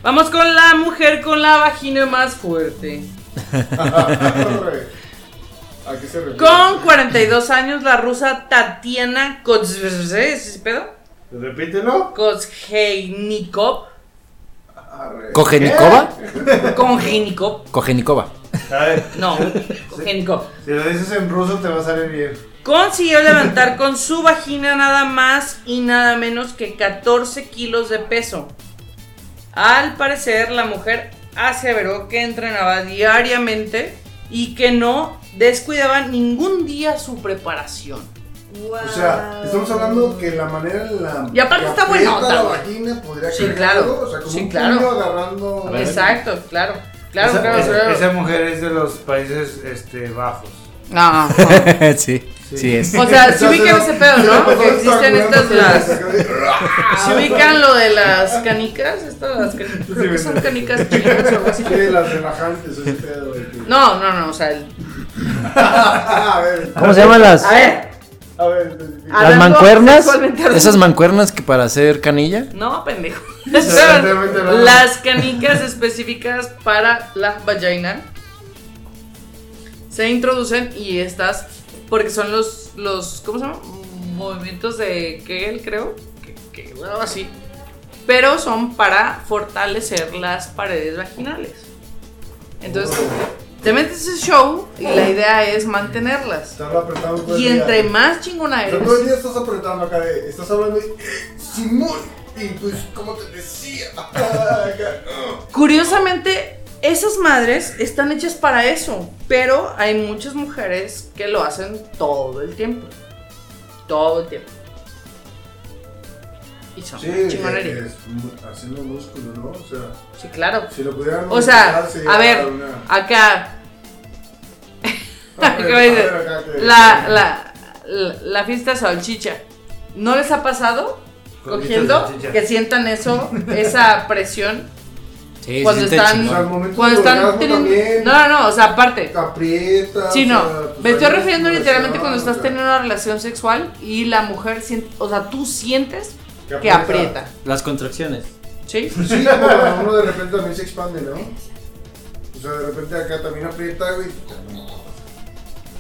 Vamos con la mujer con la vagina más fuerte. ¿A qué se refiere? Con 42 años, la rusa Tatiana Koz... ¿Ese pedo? Repítelo. Kozheinikov. Arre. ¿Cogenikova? Kongenikov. Cogenikova. A ver, No, Kongenikov. si lo dices en ruso, te va a salir bien. Consiguió levantar con su vagina nada más y nada menos que 14 kilos de peso. Al parecer, la mujer aseveró que entrenaba diariamente y que no descuidaba ningún día su preparación. Guau. O sea, estamos hablando que la manera en la. Y aparte que está aprieta buenota, La güey. vagina podría Sí, ser claro. algo, O sea, como Sí, un claro. puño agarrando. Exacto, claro. Claro, esa, claro, esa- claro. esa mujer es de los países este, bajos. No, no. sí, sí es. O sea, si Entonces, ubican ese pedo, ¿no? Porque Que existen estas las. las. Si ubican lo de las canicas, estas las canicas. Creo que son canicas chinas o algo así. las relajantes, ese pedo, güey, que- No, no, no, o sea, el- Ah, a ver, ¿Cómo se llaman las, a ver. a ver. especifica. las hablando mancuernas? sexualmente hablando- Esas mancuernas que para hacer canilla. No, pendejo. Sexualmente hablando. las canicas específicas para la vagina se introducen y estas, porque son los, los ¿cómo se llama? Movimientos de Kegel, creo. Que, que- algo así. Pero son para fortalecer las paredes vaginales. Entonces, te metes ese show y la idea es mantenerlas. Estás apretando todo el Y día. entre más chingona O eres. sea, todo el día estás apretando acá de. Estás hablando de. Simón. Y pues, ¿cómo te decía? Acá, ah. Curiosamente, esas madres están hechas para eso, pero hay muchas mujeres que lo hacen todo el tiempo. Todo el tiempo. Y son Sí, eh, una es, chingonería. es- haciendo músculo, ¿no? O sea, Sí, claro. si lo pudieran. O sea, monetizar, sería a ver, una- acá. A ver, ¿Qué me dices? a ver, acá te- La, la, la, la fiesta de salchicha. ¿No les ha pasado? Con Cogiendo, salchicha. que sientan eso, esa presión Sí, se cuando siente están, chingón. O sea, al momento cuando del están orgasmo teniendo, también. no, no, no, o sea, aparte, te aprieta. Sí, o no. sea, pues, Me estoy hay refiriendo una literalmente presión, cuando estás o sea, teniendo una relación sexual y la mujer siente, o sea, tú sientes Que que aprieta, aprieta. Las contracciones. ¿sí? Pues Sí, pero uno de repente también se expande, ¿no? O sea, de repente acá también aprieta, güey.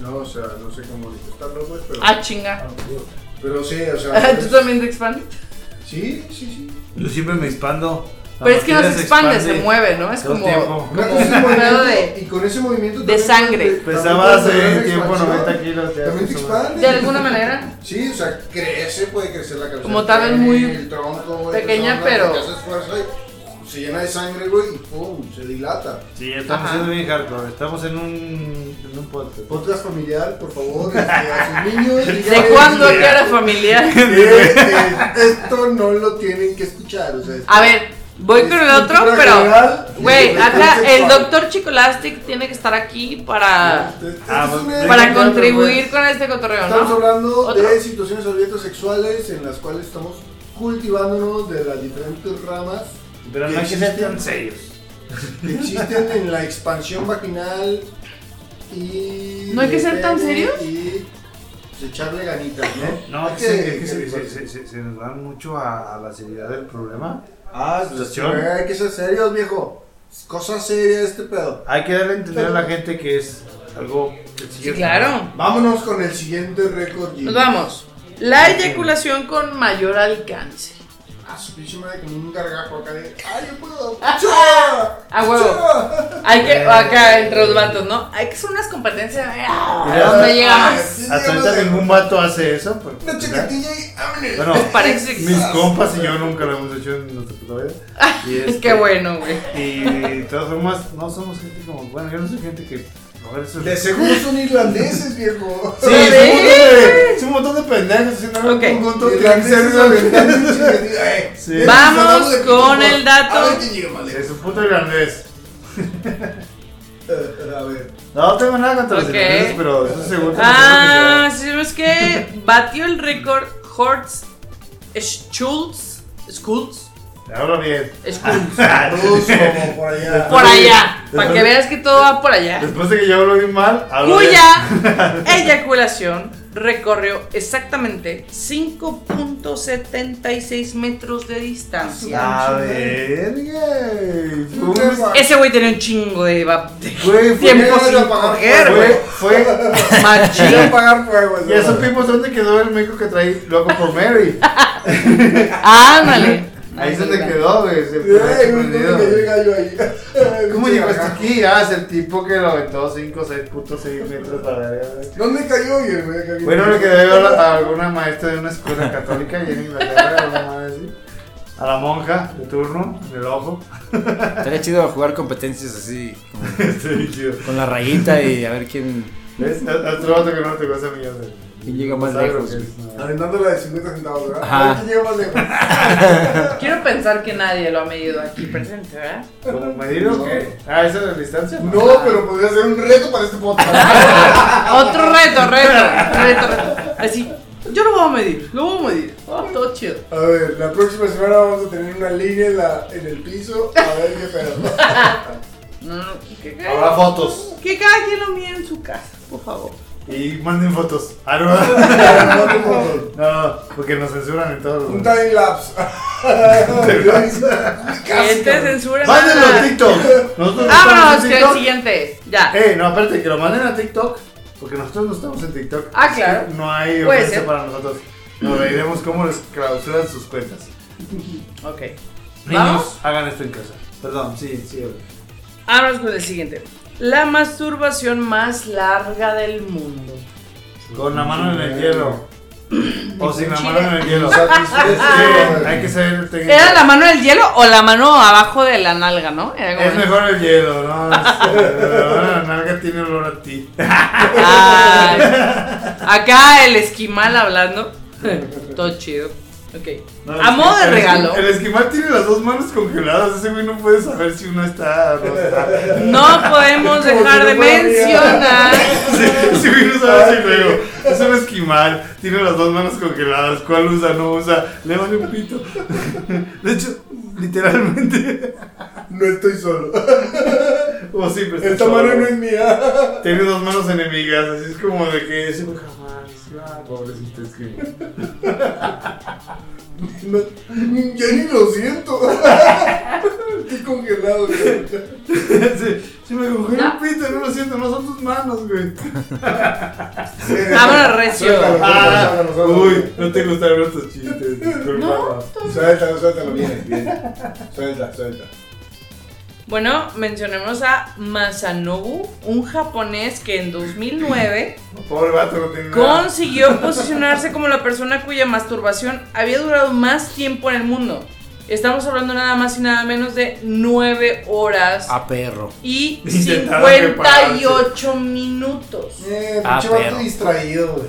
No, o sea, no sé cómo contestarlo, güey, pero. Ah, chinga. Ah, Pero sí, o sea. ¿Tú es- también te expandes? Sí, sí, sí. Yo siempre me expando. La Pero es que no se vagina expande, se mueve, ¿no? Es todo el como, tiempo. como Con ese un pedo movimiento- de, y con ese movimiento. de también- sangre. también Pesaba puedes tener hace una tiempo expansión. 90 kilos. ya, También te pues, expande. de alguna manera. Sí, o sea, crece, puede crecer la cabeza. Como tal vez pene, muy el tronco, güey, pequeña, esa onda, pero- que haces fuerza y se llena de sangre, güey, y pum, se dilata. Sí, estamos Ajá. siendo bien hardcore. Estamos en un, en un podcast. Podcast familiar, por favor, este, a sus niños. ¿De díganles, cuándo eh, que era familiar? eh, esto no lo tienen que escuchar, o sea. A ver, voy con el otro, Cultura pero, general, güey, sí, acá sexual. el doctor Chicolastic tiene que estar aquí para, esto- esto Ah, este, es una- para esto es una- contribuir con este cotorreo, pues. Estamos ¿no? hablando Otro. de situaciones abiertas sexuales en las cuales estamos cultivándonos de las diferentes ramas Pero no hay que ser tan serios. que existen en la expansión vaginal y. ¿No hay que ser tan de pene serios? Y pues, echarle ganitas, ¿no? No, Hay es que, se- es que se, se- se- se- se nos va mucho a, a la seriedad del problema. Ah, pues, situación. güey, hay que ser serios, viejo. Es cosa seria este pedo. Hay que darle a entender a la gente que es algo Sí, sencillo. claro. Vámonos con el siguiente récord. Jimmy. Nos vamos. La eyaculación con mayor alcance. A Ah, su pinche madre con un gargajo acá de. ¡Ay, yo puedo! ¡Chua! A huevo. ¡Chua! Hay que, acá entre los vatos, ¿no? Hay que hacer unas competencias. ¿eh? Ah, A ver, ¿a dónde llegamos? Sí, Hasta yo no ahorita sé. ningún vato hace eso. pero- Una chaquetilla y ámene. Bueno, Pues parece que- mis compas y yo nunca lo hemos hecho en nuestra puta vida. Y este- Qué bueno, güey. Y de todas formas, no somos gente como. Bueno, yo no soy gente que. coger esos- De seguro son irlandeses, viejo. Sí, es un montón de, es un montón de pendejos haciendo algo Ok. en conjunto. Irlandeses aventando un chiquitín. Ay, Sí. de- Vamos hablando de con fútbol. el dato. A ver quién llega más lejos. Es un puto irlandés. Eh, A ver. No tengo nada contra Ok. los irlandeses, pero eso seguro. Ah, sí, es que batió el récord Hortz Schultz. Schultz. Ahora bien. Ah, Schultz. Ruso, Ah, por allá. Por allá. Para que veas que todo va por allá. Después de que yo hablo bien mal, hablo bien. Cuya eyaculación recorrió exactamente 5.76 metros de distancia. A ver, güey. Fue un- Ese güey tenía un chingo de, va- de Güey, fue. tiempo ya sin lo apagaron, coger, fue- güey. fue- Machín. Quiero pagar fuego. Ya supimos dónde quedó el meco que traí loco por Mary. Ándale. Ahí se te quedó, güey. Se fue Ay, güey, perdido. ¿cómo que llega yo ahí? Ay, ¿Cómo pinche llegó hasta gargajo. aquí? Ah, es el tipo que lo aventó 5, 6.6 metros la verga, güey. ¿Dónde cayó? Y el güey acá bien- Bueno, lo que debe haber a alguna maestra de una escuela católica allá en Inglaterra, o algo así. A la monja de turno, en el ojo. Estaría chido jugar competencias así, como Está bien Este, chido. con la rayita y a ver quién. ¿Ves? Haz otro vato que no te cuesta millones. ¿Quién llega más Sabe lo lejos, que güey? es, ¿no? Aventando la de 50 centavos, ¿verdad? Ajá. Ay, ¿quién llega más lejos? Quiero pensar que nadie lo ha medido aquí presente, ¿verdad? ¿Como medir o qué? Ah, ¿esa es la distancia? No, pero podría ser un reto para este podcast. Otro reto, reto, reto, reto. Así, yo lo voy a medir, lo voy a medir. Oh, todo chido. A ver, la próxima semana vamos a tener una línea en, la- en el piso. A ver qué pedo. No, no, ¿qué, qué? Ah. Habrá fotos. ¿Qué favor. Y manden fotos. Ah, no. no, no, porque nos censuran en todos los. Un time lapse. Que te censura Mándenlo a nada. TikTok. Nosotros no estamos en Vámonos, que el TikTok. siguiente. Ya. Eh, no, aparte que lo manden a TikTok, porque nosotros no estamos en TikTok. Ah, claro. No hay Puede ofensa ser. para nosotros. Nos reiremos cómo les clausuran sus cuentas. Ok. Niños, ¿Vamos? hagan esto en casa. Perdón, sí, sí. güey. Vámonos con el siguiente. La masturbación más larga del mundo. Con la mano en el hielo. O sin la mano en el hielo. Sí, hay que Satisfecho. ser técnico. Ah. ¿Era la mano del hielo o la mano abajo de la nalga, no? Era como- Es mejor el hielo, ¿no? La nalga tiene olor a ti. Ay. Acá el esquimal hablando. Todo chido. Ok. No, A el modo de esquimal- regalo. El esquimal tiene las dos manos congeladas. Ese güey no puede saber si uno está o no está. No podemos Como si dejar no de fuera mencionar. Sí, Ese güey no Ah, sabe si luego. Es un esquimal. Tiene las dos manos congeladas. ¿Cuál usa? No usa. Le vale un pito. De hecho, literalmente. No estoy solo. O siempre está Esta solo. mano no es mía. Tiene dos manos enemigas. Así es como de que ese güey jamás. ah, Pobrecito esquimal. No, ya ni lo siento. Estoy congelado. güey. Sí, Se me congeló No. el pito. No lo siento. No son tus manos, güey. Sí. Vámonos, Ah, recio. Suéltalo, Ah, suéltalo, suéltalo. uy, no te gustaron estos chistes. disculpa. Suéltalo, suéltalo, bien, bien. Suelta, suelta. Bueno, mencionemos a Masanobu, un japonés que en 2009 Pobre vato, no tiene nada. consiguió posicionarse como la persona cuya masturbación había durado más tiempo en el mundo. Estamos hablando nada más y nada menos de 9 horas Ah, A perro. y Intentando repararse. 58 minutos. Eh, Ah, pinche vato pero. distraído, güey.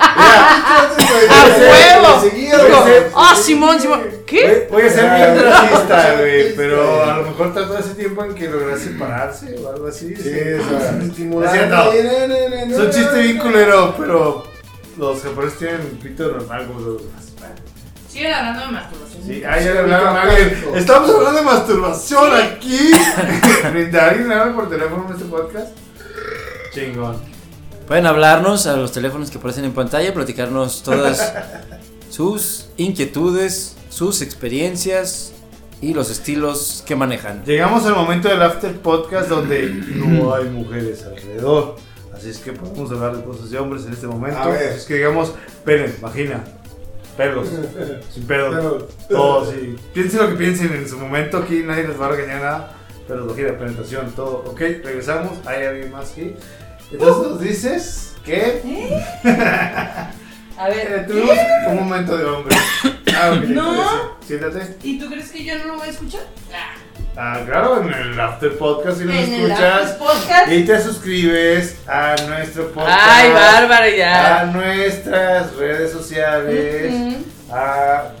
Ah, ¡A Lo Ah, huevo! seguía, Digo, güey. ¡Ah, Simón, Simón! ¿Qué? Voy a ser Ah, bien no. racista, güey, Sí, pero sí. a lo mejor trató ese tiempo en que lograra separarse o algo así. Sí, o sea, Es estimulante. cierto. Ne, ne, ne, ne, Es un chiste ne, bien ne. culero, pero los japoneses tienen un pito normal como los demás. Sigue hablando de masturbación. Sí, ah, ya le hablaron a alguien. Exacto. Estamos hablando de masturbación aquí. Frente a alguien le hablan por teléfono en este podcast. Chingón. Pueden hablarnos a los teléfonos que aparecen en pantalla, platicarnos todas sus inquietudes, sus experiencias y los estilos que manejan. Llegamos al momento del after podcast donde no hay mujeres alrededor. Así es que podemos hablar de cosas de hombres en este momento. A ver. Así es que digamos, pene, vagina, pelos, sin pedos, Pero- todo así. Piensen lo que piensen en su momento, aquí nadie les va a regañar nada. Pero vagina, penetración, todo. Ok, regresamos, hay alguien más aquí. Entonces nos dices que A eh, ver, tuvimos un momento de hombres. Ah, ok, No. parece. Siéntate. ¿y tú crees que yo no lo voy a escuchar? Ah, claro, en el after podcast si nos En el escuchas. After podcast. Y te suscribes a nuestro podcast. Ay, bárbara A Ah. ya. nuestras redes sociales. Ujú. A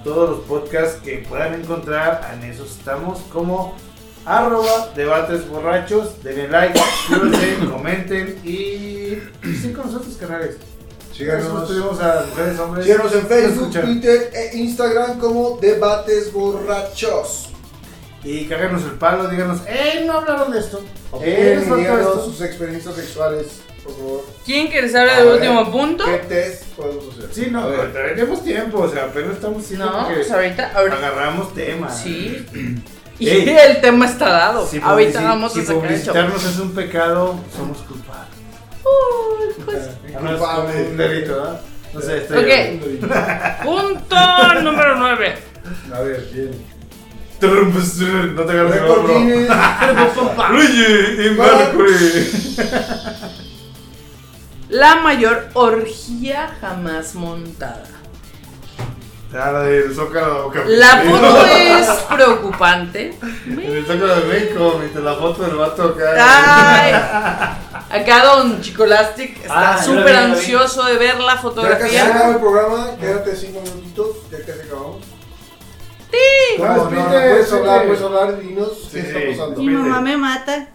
todos los podcasts que puedan encontrar. En esos estamos como arroba debates borrachos. Denle like, suscríbanse, comenten y estén con nosotros canales. Nosotros Síganos. tuvimos a mujeres, hombres. Síganos en Facebook, Escuchan. Twitter e Instagram como Debates Borrachos. Y cáganos el palo, díganos, ¡eh! No hablaron de esto. ¡Eh! Opinen les y faltó díganos esto. sus experiencias sexuales, por favor. ¿Quién que les habla A del ver. último punto? ¿Qué test podemos hacer? Sí, no, A ver. pero tenemos tiempo, o sea, apenas estamos haciendo No, que- pues ahorita, ahorita. Agarramos Ah. temas. Sí. Y Ey. el tema está dado. Si ahorita publici- vamos si a sacar el show. publicitarnos es un pecado, somos culpables. pues. Ah, no, es Culpable. como un delito, ¿verdad? No sé, estoy. Ok, punto número 9. A ver, bien. Trum, pues, trum, No te agarres el hombro. Recordines. Luigi y Mercury. La mayor orgía jamás montada. Ah, la del Zócalo La Capitalino. foto es preocupante. En el Zócalo de México, viste la foto del vato acá. Ay. Acá don Chicolastic está Ah, yo la vi, súper la vi. ansioso de ver la Ya casi se fotografía. acaba el programa, quédate cinco minutitos, ya casi acabamos. No, No, no, no, no, puedes sí, hablar, sí. puedes hablar, dinos Sí, qué está sí. pasando. Mi mamá me mata.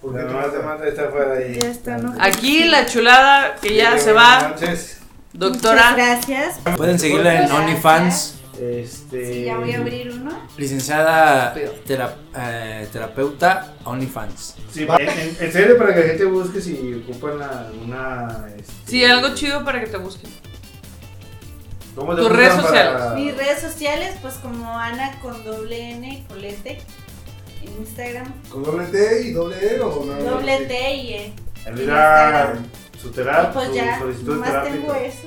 ¿Por La qué te mamá te pasa? manda esta este fuera ahí. Ya está, ¿no? Aquí la chulada que ya se Buenas va, noches. Muchas doctora. gracias. Pueden seguirla en OnlyFans, Eh, Este. Sí, ya voy a abrir uno. Licenciada Estúpido. tera- eh, terapeuta OnlyFans. Sí, en, en- en serio, para que la gente busque si ocupan la- una. este, Sí, algo chido para que te busquen. ¿Cómo te Tus ocupan redes para- sociales. Mis redes sociales, pues como Ana con doble N, colete. En Instagram, ¿Con doble T y doble E o nada más? doble T y E. Enviar su terapia, Y pues ya, su solicitud de nomás terapia. tengo eso.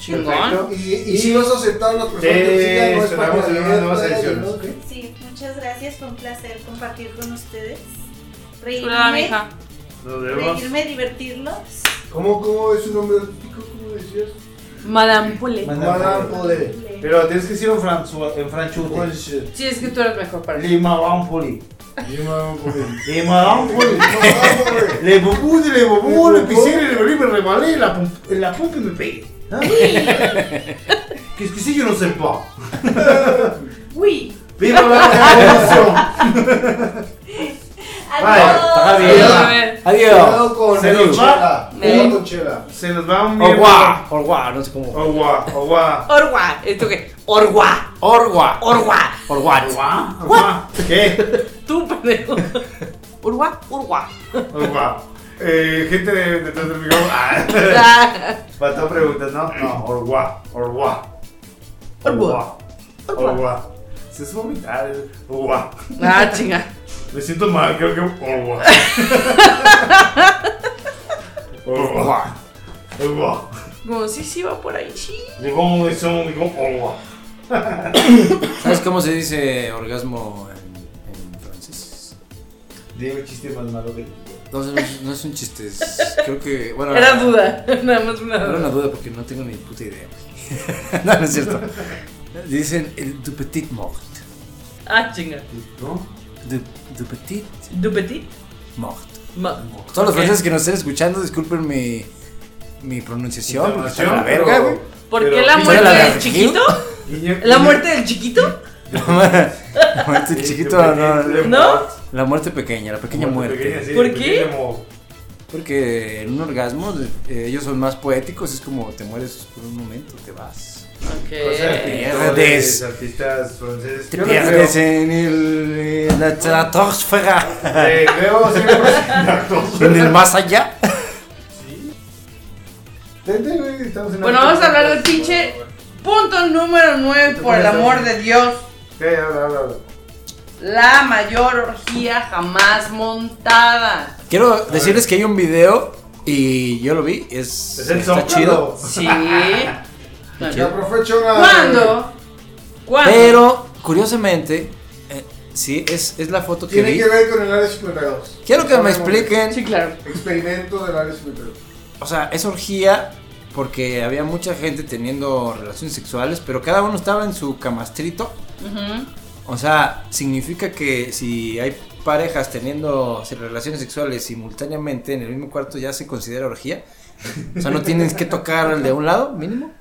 Chingón. Perfecto. Y, y si vas a aceptar a las personas que te Sí, sigan, no es para esperamos que algunas lean, nuevas vaya, ediciones. ¿no? Ok. Sí, muchas gracias, fue un placer compartir con ustedes. Chulada, Reírme, mija. Nos vemos. reírme, divertirlos. ¿Cómo, ¿Cómo es su nombre artístico? ¿Cómo decías? Madame Poulet. Madame Poder. Pero tienes que decir en, fran- su- en franchute. Bullshit. Sí, es que tú eres mejor para mí. Le Madame Poli. Yo me hago por él. Le Madame Poli. Le bubú, le bubú, le pisé, le volví, me rebalé, la pum- la pum y me pegué. ¿Ah? Que es que si yo no sé pas. Uy, Viva la revolución. adiós. A ver. Adiós. Cuidado con Se nos Chela. va. Cuidado con Chela. Se nos va un miembro. Orgua. Orgua, no sé cómo. Orgua, orgua. Orgua. ¿Esto qué? Orgua. Orgua. Orgua. Orgua. Orgua. ¿Qué? Tú, pendejo. Urgua, urgua. Orgua. Eh, gente de- detrás del micrófono. Ah. Ah, Faltó preguntas, ¿no? No, orgua, orgua. Orgua. Orgua. Orgua. Se es vomitar. Orgua. ah, chinga. Me siento mal, creo que. Orgua. Orgua. Orgua. Como sí, sí, va por ahí. Sí. Digo, eso, digo, orgua. ¿Sabes cómo se dice orgasmo en, en francés? Digo el chiste más malo que No, no es- no es un chiste. es- creo que. Bueno, Era duda. Nada más una Era duda. una duda porque no tengo ni puta idea. güey. no, no es cierto. Dicen el du petit mort. Ah, chinga. ¿No? Du, du petit ¿Du petit? mort. Ma- Todos los ¿Qué? franceses que nos estén escuchando, disculpen mi, mi pronunciación. porque está de la Pero- verga, güey. ¿Por Pero- qué la ¿Pero muerte la del de chiquito? Niño- ¿La muerte del chiquito? La muerte chiquito, no. no. ¿No? La muerte pequeña, la pequeña muerte. ¿Por qué? Porque en un orgasmo eh, ellos son más poéticos, es como te mueres por un momento, te vas. Ok. pierdes. artistas franceses. Eh, Te Yo no pierdes eh. creo. en el, en la estratosfera, Eh, creo pues, siempre en actos. en el más allá. Vente, güey, estamos en Bueno, actos. vamos a hablar del pinche punto número 9, por el amor de Dios. Ok, habla, habla, habla. La mayor orgía jamás montada. Quiero decirles que hay un video y yo lo vi, es, Es el está Zócalo. chido. Sí. Ya aprovecho una. ¿Cuándo? ¿Cuándo? Pero, curiosamente, eh, sí, es, es la foto que Tiene vi. que ver con el área 52. Quiero que me Hablamos. Sí, expliquen, claro. Experimento del área 52. o sea, es orgía porque había mucha gente teniendo relaciones sexuales, pero cada uno estaba en su camastrito. Ujú. O sea, significa que si hay parejas teniendo relaciones sexuales simultáneamente en el mismo cuarto ya se considera orgía. O sea, no tienes que tocar el de un lado mínimo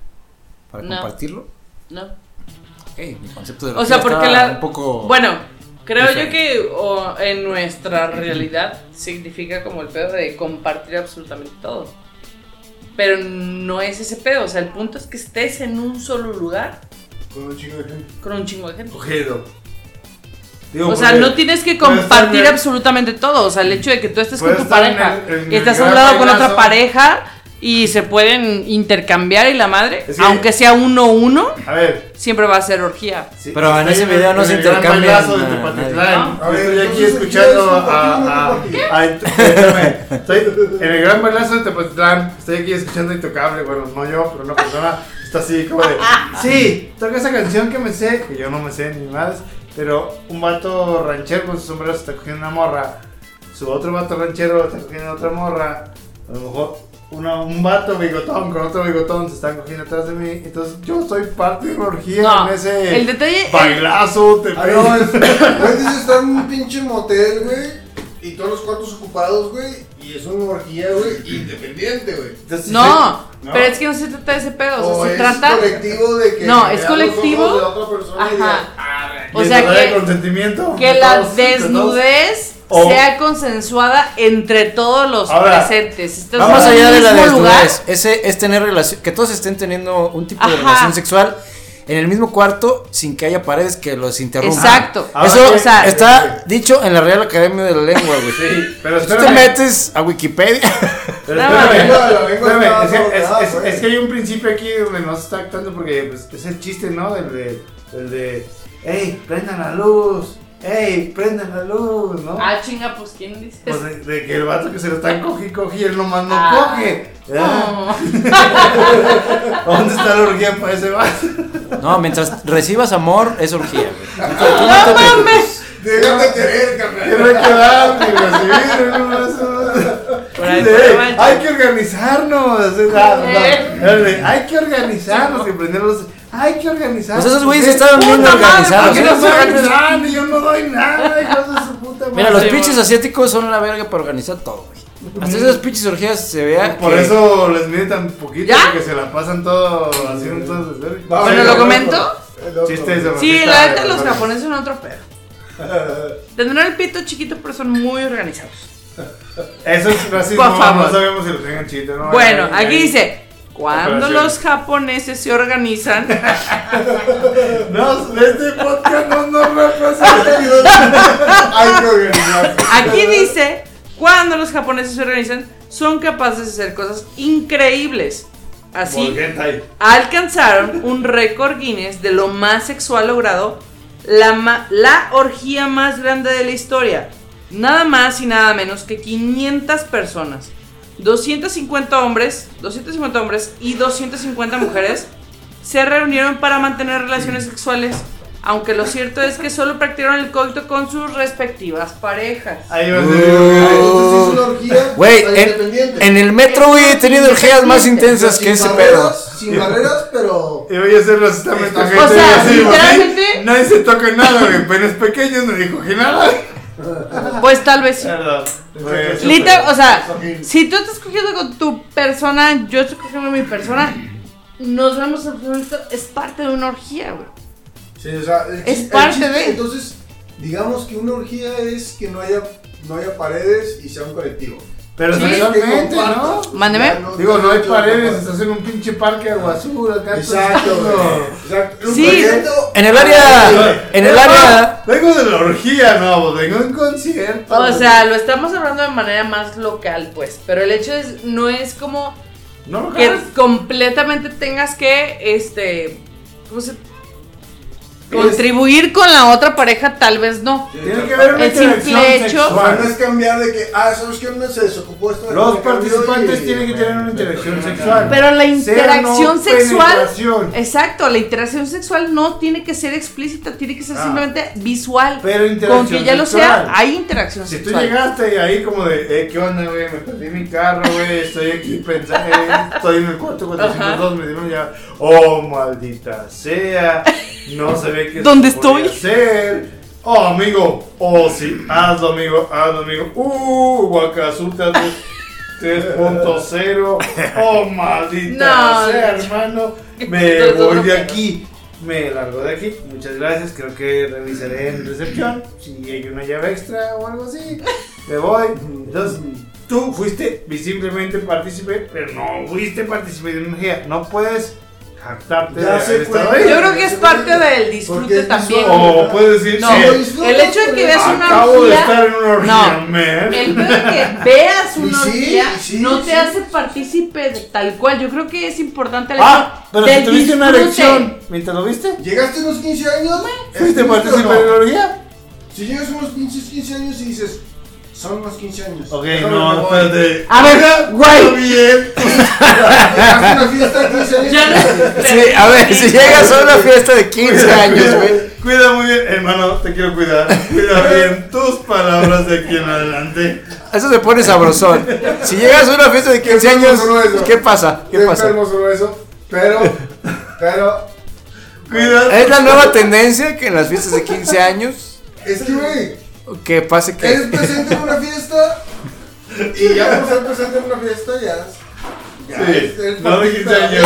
para No. compartirlo. No. Ok, mi concepto de O sea, orgía porque está la- un poco Bueno, creo yo Diferente. que o, en nuestra realidad significa como el pedo de compartir absolutamente todo. Pero no es ese pedo, o sea, el punto es que estés en un solo lugar Con un chingo de gente. con un chingo de gente. Cogido. Digo, O sea, porque no tienes que puede estar compartir en el- absolutamente todo. O sea, el hecho de que tú estés con puede tu estar en pareja el- en y estás el a un lado con brazo. otra pareja y se pueden intercambiar y la madre, Es que- aunque sea uno uno, A ver. siempre va a ser orgía. sí, Pero en estoy ese video no en se el gran intercambian bailazo de a Tepatitlán. nadie. Yo estoy aquí entonces, escuchando ¿quieres a. a- compartir a- espérame, Estoy en el gran bailazo de Tepatitlán. Estoy aquí escuchando Intocable. Bueno, no yo, pero una persona está así como de. Sí, toca esa canción que me sé, que yo no me sé ni más. Pero un vato ranchero con su sombrero se está cogiendo una morra. Su otro vato ranchero está cogiendo otra morra. A lo mejor una- un vato bigotón con otro bigotón se están cogiendo atrás de mí. Entonces yo soy parte de la orgía No, en ese el detalle- bailazo. Te Ah, no, es- güey, dices, está en un pinche motel, güey. Y todos los cuartos ocupados, güey. Y es una orgía, güey. Independiente, güey. Entonces, No, no. pero es que no se trata de ese pedo, o O sea, es se trata... colectivo de que. No, vean es los colectivo. ojos de otra persona y digan, Ajá. sí, O y sea el de que, consentimiento, que de la todos, de todos. desnudez O- sea consensuada entre todos los Ahora, presentes. Estás Vamos en allá un de la mismo lugar. desnudez. Ese es tener relación, que todos estén teniendo un tipo de Ajá. relación sexual en el mismo cuarto sin que haya paredes que los interrumpan. Exacto. Ah, Eso ahora, o sea, está dicho en la Real Academia de la Lengua, güey. Sí, pero Si tú te espérame. metes a Wikipedia. Pero Nada espérame, más. La lengua espérame, está es, que- doblada, es- es- güey. es que hay un principio aquí donde no se está actuando porque pues, es el chiste, ¿no? Del de, del de, hey, prendan la luz, hey, prendan la luz, ¿no? Ah, chinga, pues ¿quién dice Pues de, de que el vato que se lo están coge y coge y él nomás no Ah. coge. Ah, No. ¿Dónde está la orgía para ese vato? No, mientras recibas amor, es orgía, güey. Tú- tú no te preocupes. Déjate querer, Yo carnal. me quedaba sin recibir, ¿no? Eso. Por ahí, De, por ahí va el Ah, eh. hay que organizarnos. Ah, es la- la- el de, hay que organizarnos y prender los. Hay que organizarnos. Pues esos güeyes estaban bien Puta madre, organizados. ¿Por qué ¿eh? no se organizan? Y Yo no doy nada, hijos de su puta madre. Mira, los Sí, pinches bueno. asiáticos son la verga para organizar todo, güey. Hasta esas pinches orgías se vea. Por que- eso les mide tan poquito, ¿Ya? porque se la pasan todo haciendo todo desde verga. Va, Bueno, el ¿lo otro. comento? El otro. Chistes de Sí, racista, la neta, los ¿verdad? japoneses son otro pedo. Tendrán el pito chiquito, pero son muy organizados. Eso es racismo. Por favor. No sabemos si lo tengan chiste, ¿no? Bueno, Ahí- aquí ahí- dice, cuando Operación. los japoneses se organizan, No, este podcast no nos representa. Hay que organizarse. aquí dice, cuando los japoneses se organizan, son capaces de hacer cosas increíbles. Así Ahí. alcanzaron un récord Guinness de lo más sexual logrado, la, ma- la orgía más grande de la historia. Nada más y nada menos que 500 personas, 250 hombres, 250 hombres y 250 mujeres se reunieron para mantener relaciones sexuales, aunque lo cierto es que solo practicaron el coito con sus respectivas parejas. Ahí va a Entonces, ser. es una orgía, Güey, está en, independiente. en el metro, güey, he tenido orgías más intensas que Sin ese pedo. barreras, Sin barreras, pero. Y voy a hacer los estamentos. O gente, sea, y así, literalmente- así, Nadie se toca nada, güey. Penes pequeños, no dijo que nada. Pues tal vez sí. Perdón. Pues, Literal, o sea, Misógino. si tú estás cogiendo con tu persona, yo estoy cogiendo con mi persona, nos vemos absolutamente. Es parte de una orgía, güey. Sí, o sea, el Es chis- el parte chiste, de- Entonces, digamos que una orgía es que no haya, no haya paredes y sea un colectivo. Pero Sí. sexualmente, ¿no? Mándeme. Ya Digo, no hay claro, paredes, no estás en un pinche parque aguazul acá. Exacto, todo. güey. Exacto. Un Sí. proyecto- En el área. Ah, En el área. Ah, Vengo de la orgía, no, pues, vengo de un concierto. O sea, lo estamos hablando de manera más local, pues. Pero el hecho es, no es como no lo que cagas. completamente tengas que, este. ¿Cómo se.? Contribuir con la otra pareja, tal vez no. Tiene que haber una El simple interacción hecho- O sea, no sexual. es cambiar de que, ah, ¿sabes qué onda? Se desocupó esto. Los me cambió participantes y- tienen que tener una interacción sexual. Pero la Sea interacción no sexual. penetración, Exacto, la interacción sexual no tiene que ser explícita, tiene que ser Ah. simplemente visual. Pero interacción Con que ya lo sexual. sea, hay interacción Si tú sexual. llegaste y ahí como de, eh, ¿qué onda, güey? Me perdí mi carro, güey, estoy aquí pensando, eh, estoy en el cuarto 402, me dieron ya, oh, maldita sea, no sabía que ¿Dónde estoy? Hacer. Oh, amigo, oh, sí, hazlo, amigo, hazlo, amigo, uh, guacazulta 3.0, oh, maldita No. sea, hermano, Esto me es voy otro de pedo. aquí. Me largo de aquí, muchas gracias, creo que revisaré en recepción si hay una llave extra o algo así. Me voy. Entonces, tú fuiste visiblemente partícipe, pero no fuiste partícipe de una orgía. No puedes jactarte Ya de se haber estado fue. ahí. Yo creo que es parte del disfrute Porque también. eso- O puedes decir, No, Oh, sí, lo hice. el hecho de que veas una acabo de orgía, estar en una orgía, No. man. el hecho de que veas una Sí, orgía sí, no sí. te hace partícipe de tal cual. Yo creo que es importante el Ah, hecho pero del si tuviste una disfrute. erección, ¿mientras lo viste? Llegaste a unos 15 años, ¿Fuiste ¿es justo partícipe o no? de la orgía? Si llegas a unos pinches 15 años y dices, son los 15 años. Ok, Déjame, me no, voy. espérate. A ver, Está güey. bien. Llegaste a una fiesta de 15 años. Ya no- Sí, a ver, si llegas a una fiesta de 15 años, güey. Cuida muy bien, hermano, te quiero cuidar. Cuida bien tus palabras de aquí en adelante. Eso se pone sabrosón. Si llegas a una fiesta de 15 años, ¿qué pasa? ¿Qué Qué pasa? enfermo sobre eso. Pero, pero, Cuida. Es la nueva tendencia que en las fiestas de 15 años, es que, güey, que pase eres que... presente en una fiesta. Y ya por ser presente en una fiesta, ya. ya Sí, es- es no de 15 años.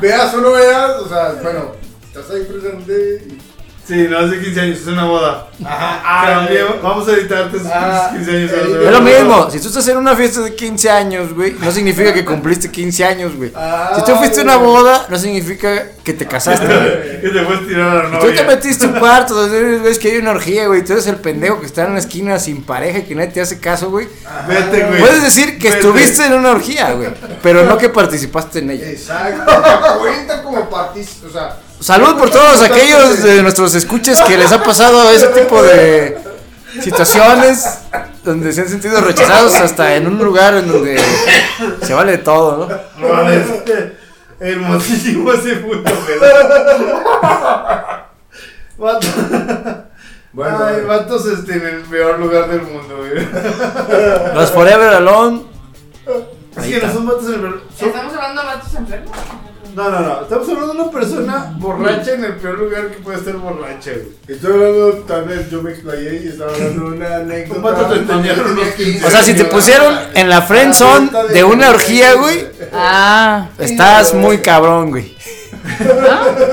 Veas o no veas, o sea, bueno, estás ahí presente. y- Sí, no, hace 15 años, es una boda. Ajá, Cambié- vamos a editarte esos Ah, 15 años. eh, Es lo mismo, si tú estás en una fiesta de 15 años, güey, no significa que cumpliste 15 años, güey. Ah, Si tú fuiste a una güey. boda, no significa que te casaste, güey. Que te puedes tirar a la Si Tú te novia. metiste un cuarto, donde ves que hay una orgía, güey, tú eres el pendejo que está en la esquina sin pareja y que nadie te hace caso, güey. Ah, Vete, güey. Puedes decir que Vete. estuviste en una orgía, güey, pero no que participaste en ella. Exacto, ya cuenta como partícipe, o sea. Salud por todos aquellos de nuestros escuches que les ha pasado ese tipo de situaciones donde se han sentido rechazados hasta en un lugar en donde se vale de todo, ¿no? No mames, Hermosísimo ese puto pedo. Vato- Bueno, Ay, bueno. vatos este, en el peor lugar del mundo, güey. Los Forever Alone. Es que no son vatos en el peor. son- ¿Estamos hablando de vatos enfermos? No, no, no. Estamos hablando de una persona borracha en el peor lugar que puede ser borracha, güey. Estoy hablando, tal vez yo me explayé y estaba hablando de una anécdota. Un vato te enseñaron Tenía unos 15 O sea, si te pusieron en la friendzone de una orgía, güey, Ah. estás muy cabrón, güey.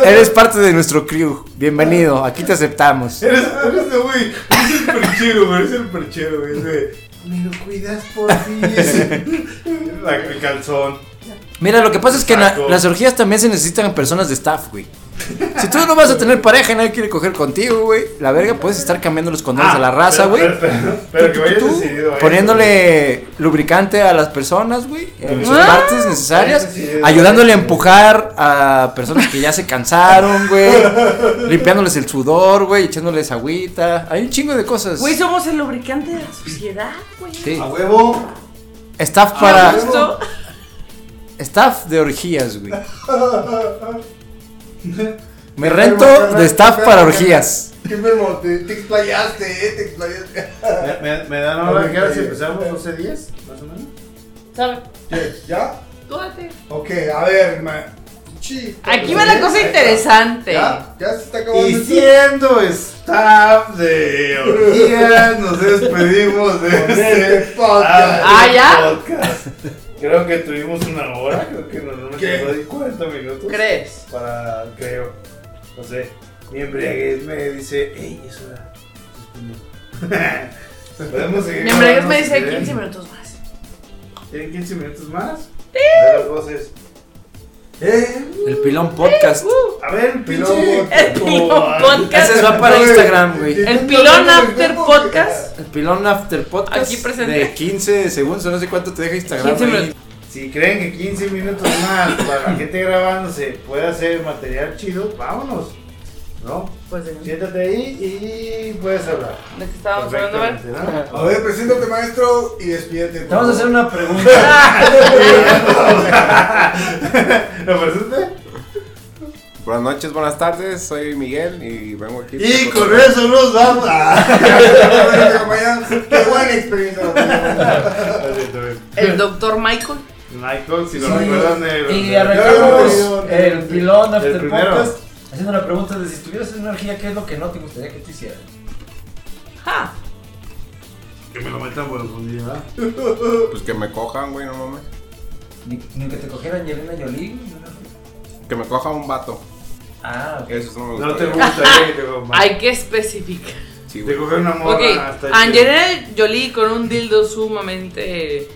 Eres parte de nuestro crew. Bienvenido, aquí te aceptamos. Eres, eres de, güey. Eres el perchero, güey. Eres el perchero, güey. Es de, Me lo cuidas por mí. La- el calzón. Mira, lo que pasa es que en la- Exacto. las orgías también se necesitan personas de staff, güey. Si tú no vas a tener pareja y nadie quiere coger contigo, güey, la verga puedes estar cambiando los condones a la raza, pero- güey. Ah, Pero, pero- pero que vayas Tú, decidido eh. a eso, poniéndole lubricante a las personas, güey, en sus Ah. partes necesarias, Eso sí es. ayudándole a empujar a personas que ya se cansaron, güey, limpiándoles el sudor, güey, echándoles agüita, hay un chingo de cosas. Güey, somos el lubricante de la sociedad, güey. Sí. A huevo. Staff Para. para staff de orgías, güey. Me rento de staff para orgías. Qué enfermo, te, te explayaste, eh, te explayaste. Me, me, me dan A ahora ver, que ahora sí. si empezamos 12.10, más o menos. ¿Sabe? ¿Qué? ¿Ya? Tú date. Ok, a ver, ma. Sí, Aquí va la cosa Ahí está. interesante. Ya, ya se está acabando. Y esto. siendo staff de orgías, nos despedimos de Con este este podcast. Ah, ¿ya? podcast. Creo que tuvimos una hora, creo que nos hemos ¿Qué? quedado ahí 40 minutos. ¿Crees? Para, creo, no sé, mi embriaguez me dice, hey, es hora. Podemos seguir. Mi embriaguez grabando me si dice quieren. 15 minutos más. ¿Tienen 15 minutos más? De las voces. Eh, El pilón podcast. Uh, a ver, el Pilón pinche. podcast. El pilón podcast. Ese va para Instagram, güey. El pilón after podcast. El pilón after podcast Aquí presente. de 15 segundos, no sé cuánto te deja Instagram. 15 güey. minutos. Si creen que 15 minutos más para gente grabándose puede hacer material chido, vámonos. ¿No? Pues de, de Siéntate ahí y puedes hablar. que estábamos hablando, ¿ver? Perfectamente, ¿no? A ver, preséntate, maestro, y despídete. por Te vamos a hacer favor. una pregunta. ¿Lo presente? Buenas noches, buenas tardes, soy Miguel y vengo aquí. pues, Y con eso nos vamos. Ah. Qué buena experiencia. El doctor Michael. Michael, si lo Sí. recuerdan de. Y de- arrancamos el pilón El after primero. podcast haciendo la pregunta de si estuvieras en una orgía, ¿qué es lo que no te gustaría que te hicieran? Ja. Que me lo metan por el fundillo, ¿verdad? Pues que me cojan, güey, no mames. Ni, ni que te cogiera Angelina Jolie. ni una- Que me coja un vato. Ah, ok. Eso no me gusta. No te gustaría que te coman. Hay que especificar. Sí, Te güey. coge una morra. Ok, hasta Angelina Jolie con un dildo sumamente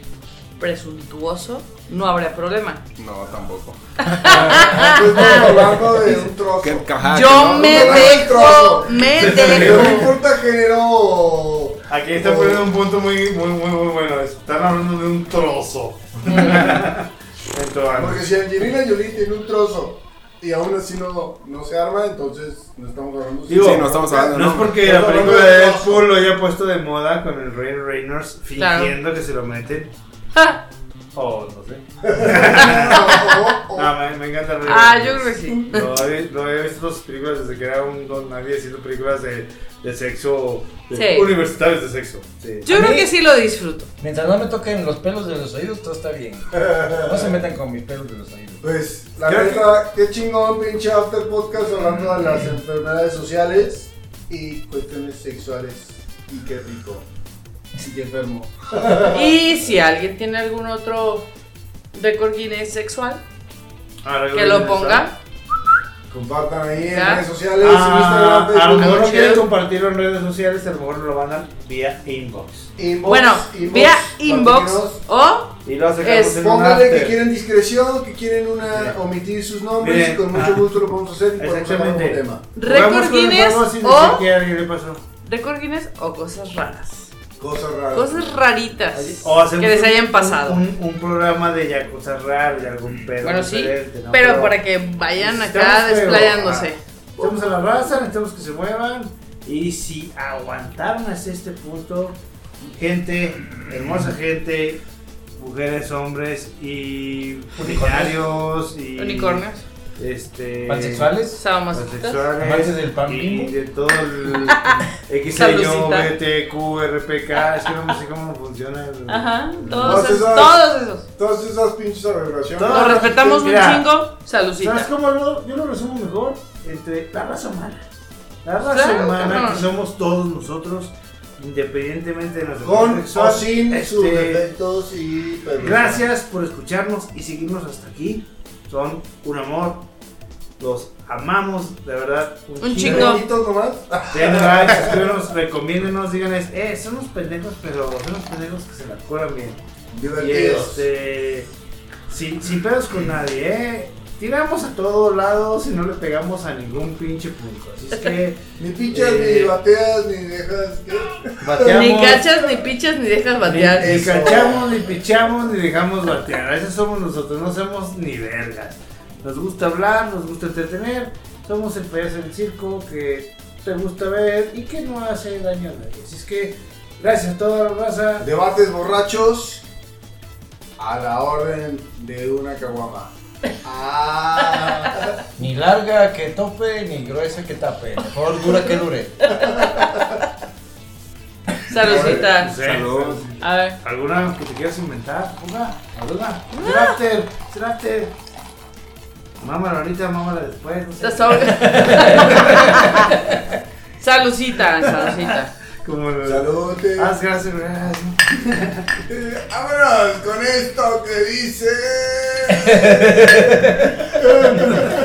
presuntuoso no habrá problema. No, tampoco. Ah, Estamos hablando de un trozo. Que, Ah, que- ajá, Yo que no- me no no, no, dejo, trozo. me No dejo. importa género. Aquí está o- poniendo un punto muy, muy, muy, muy bueno. Están hablando de un trozo. En tu ano. Porque si Angelina Jolie tiene un trozo y aún así no, no se arma, entonces no estamos hablando. Digo, Sí, no estamos hablando. No es porque la película de Deadpool lo haya puesto de moda con el Rey Reynolds Claro. fingiendo que se lo meten. Ja. O no sé. O- o- Ah, me, me encanta el Rey Ah, yo Reynolds. creo que sí. Lo he, lo he visto sus películas desde que era un don nadie haciendo películas de, de sexo, de Sí. universitarios de sexo. Sí. Yo A creo mí- que sí lo disfruto. Mientras no me toquen los pelos de los oídos, todo está bien. No se metan con mis pelos de los oídos. Pues, la Creo neta, qué chingón, pinche After Podcast hablando de las enfermedades sociales y cuestiones sexuales. Y qué rico. Y qué enfermo. Y si alguien tiene algún otro récord Guinness sexual, Ahora, que lo ponga. Compartan ahí en Ya. redes sociales, en Ah, Instagram, a lo Facebook, mejor no Algo quieren chido. compartirlo en redes sociales, a lo mejor lo mandan vía inbox. inbox, Bueno, inbox, vía inbox partidos. o Y lo sacamos Es- en un Póngale que after. quieren discreción, que quieren una Bien. omitir sus nombres, Bien. y con mucho Ah. gusto lo podemos hacer y podemos hablar Exactamente. de un tema. récord Guinness o ¿Qué pasó? récord Guinness o cosas raras. Cosas raras. Cosas raritas O hacemos que les un- hayan pasado. Mm. Un, un programa de Yakuza raro, de algún pedo. bueno, sí, diferente, ¿no? pero para que vayan Estamos, acá pero, desplayándose. ah, Estamos a la raza, necesitamos que se muevan. Y si aguantaron hasta este punto, gente, hermosa gente, mujeres, hombres y unitarios y. Unicornios, Eh, Este. ¿Pansexuales? sadomasoquistas. Pansexuales. Amantes del pan Y bimbo. de todo el XYO, Salucita. BTQ, RPK. Es que no sé cómo funciona. el- Ajá, No, todos, esos, César. todos esos. Todas esas pinches aberraciones. No, Los no, respetamos un mira. chingo. ¿Sabes Salucita. cómo lo- yo lo resumo mejor? Entre la raza humana. La raza Claro, humana cabrón. que somos todos nosotros, independientemente de nuestro Con sexual. o sin Este, sus defectos y perversiones. Gracias por escucharnos y seguirnos hasta aquí. Son un amor. Los amamos, de verdad. Un chingo. chingo. Deditos nomás. Den like, suscríbanos, recomiéndenos, díganles, eh, son unos pendejos, pero son unos pendejos que se la curan bien. Y Divertidos. este. Sin, sin pedos con nadie, ¿eh? Tiramos a todos lados y no le pegamos a ningún pinche punto. Así es que. Ni pinchas, Eh. ni bateas, ni dejas. bateamos. Ni cachas, ni pichas, ni dejas ni- batear. Ni cachamos, ni pichamos, ni dejamos batear. Esos somos nosotros, no somos ni vergas. Nos gusta hablar, nos gusta entretener. Somos el payaso del circo que te gusta ver y que no hace daño a nadie. Así es que, gracias a toda la raza. Debates borrachos a la orden de una caguama. Ah, Ni larga que tope, ni gruesa que tape. Mejor dura que dure. Salucita. Sí. Saludos. A ver. ¿Alguna que te quieras inventar? Ponga, alguna. Drafter, drafter. Mámala ahorita, mámala después. No sé. Salucita, salucita. Como el- salute. Haz gracias, gracias. Eh, Vámonos con esto que dice.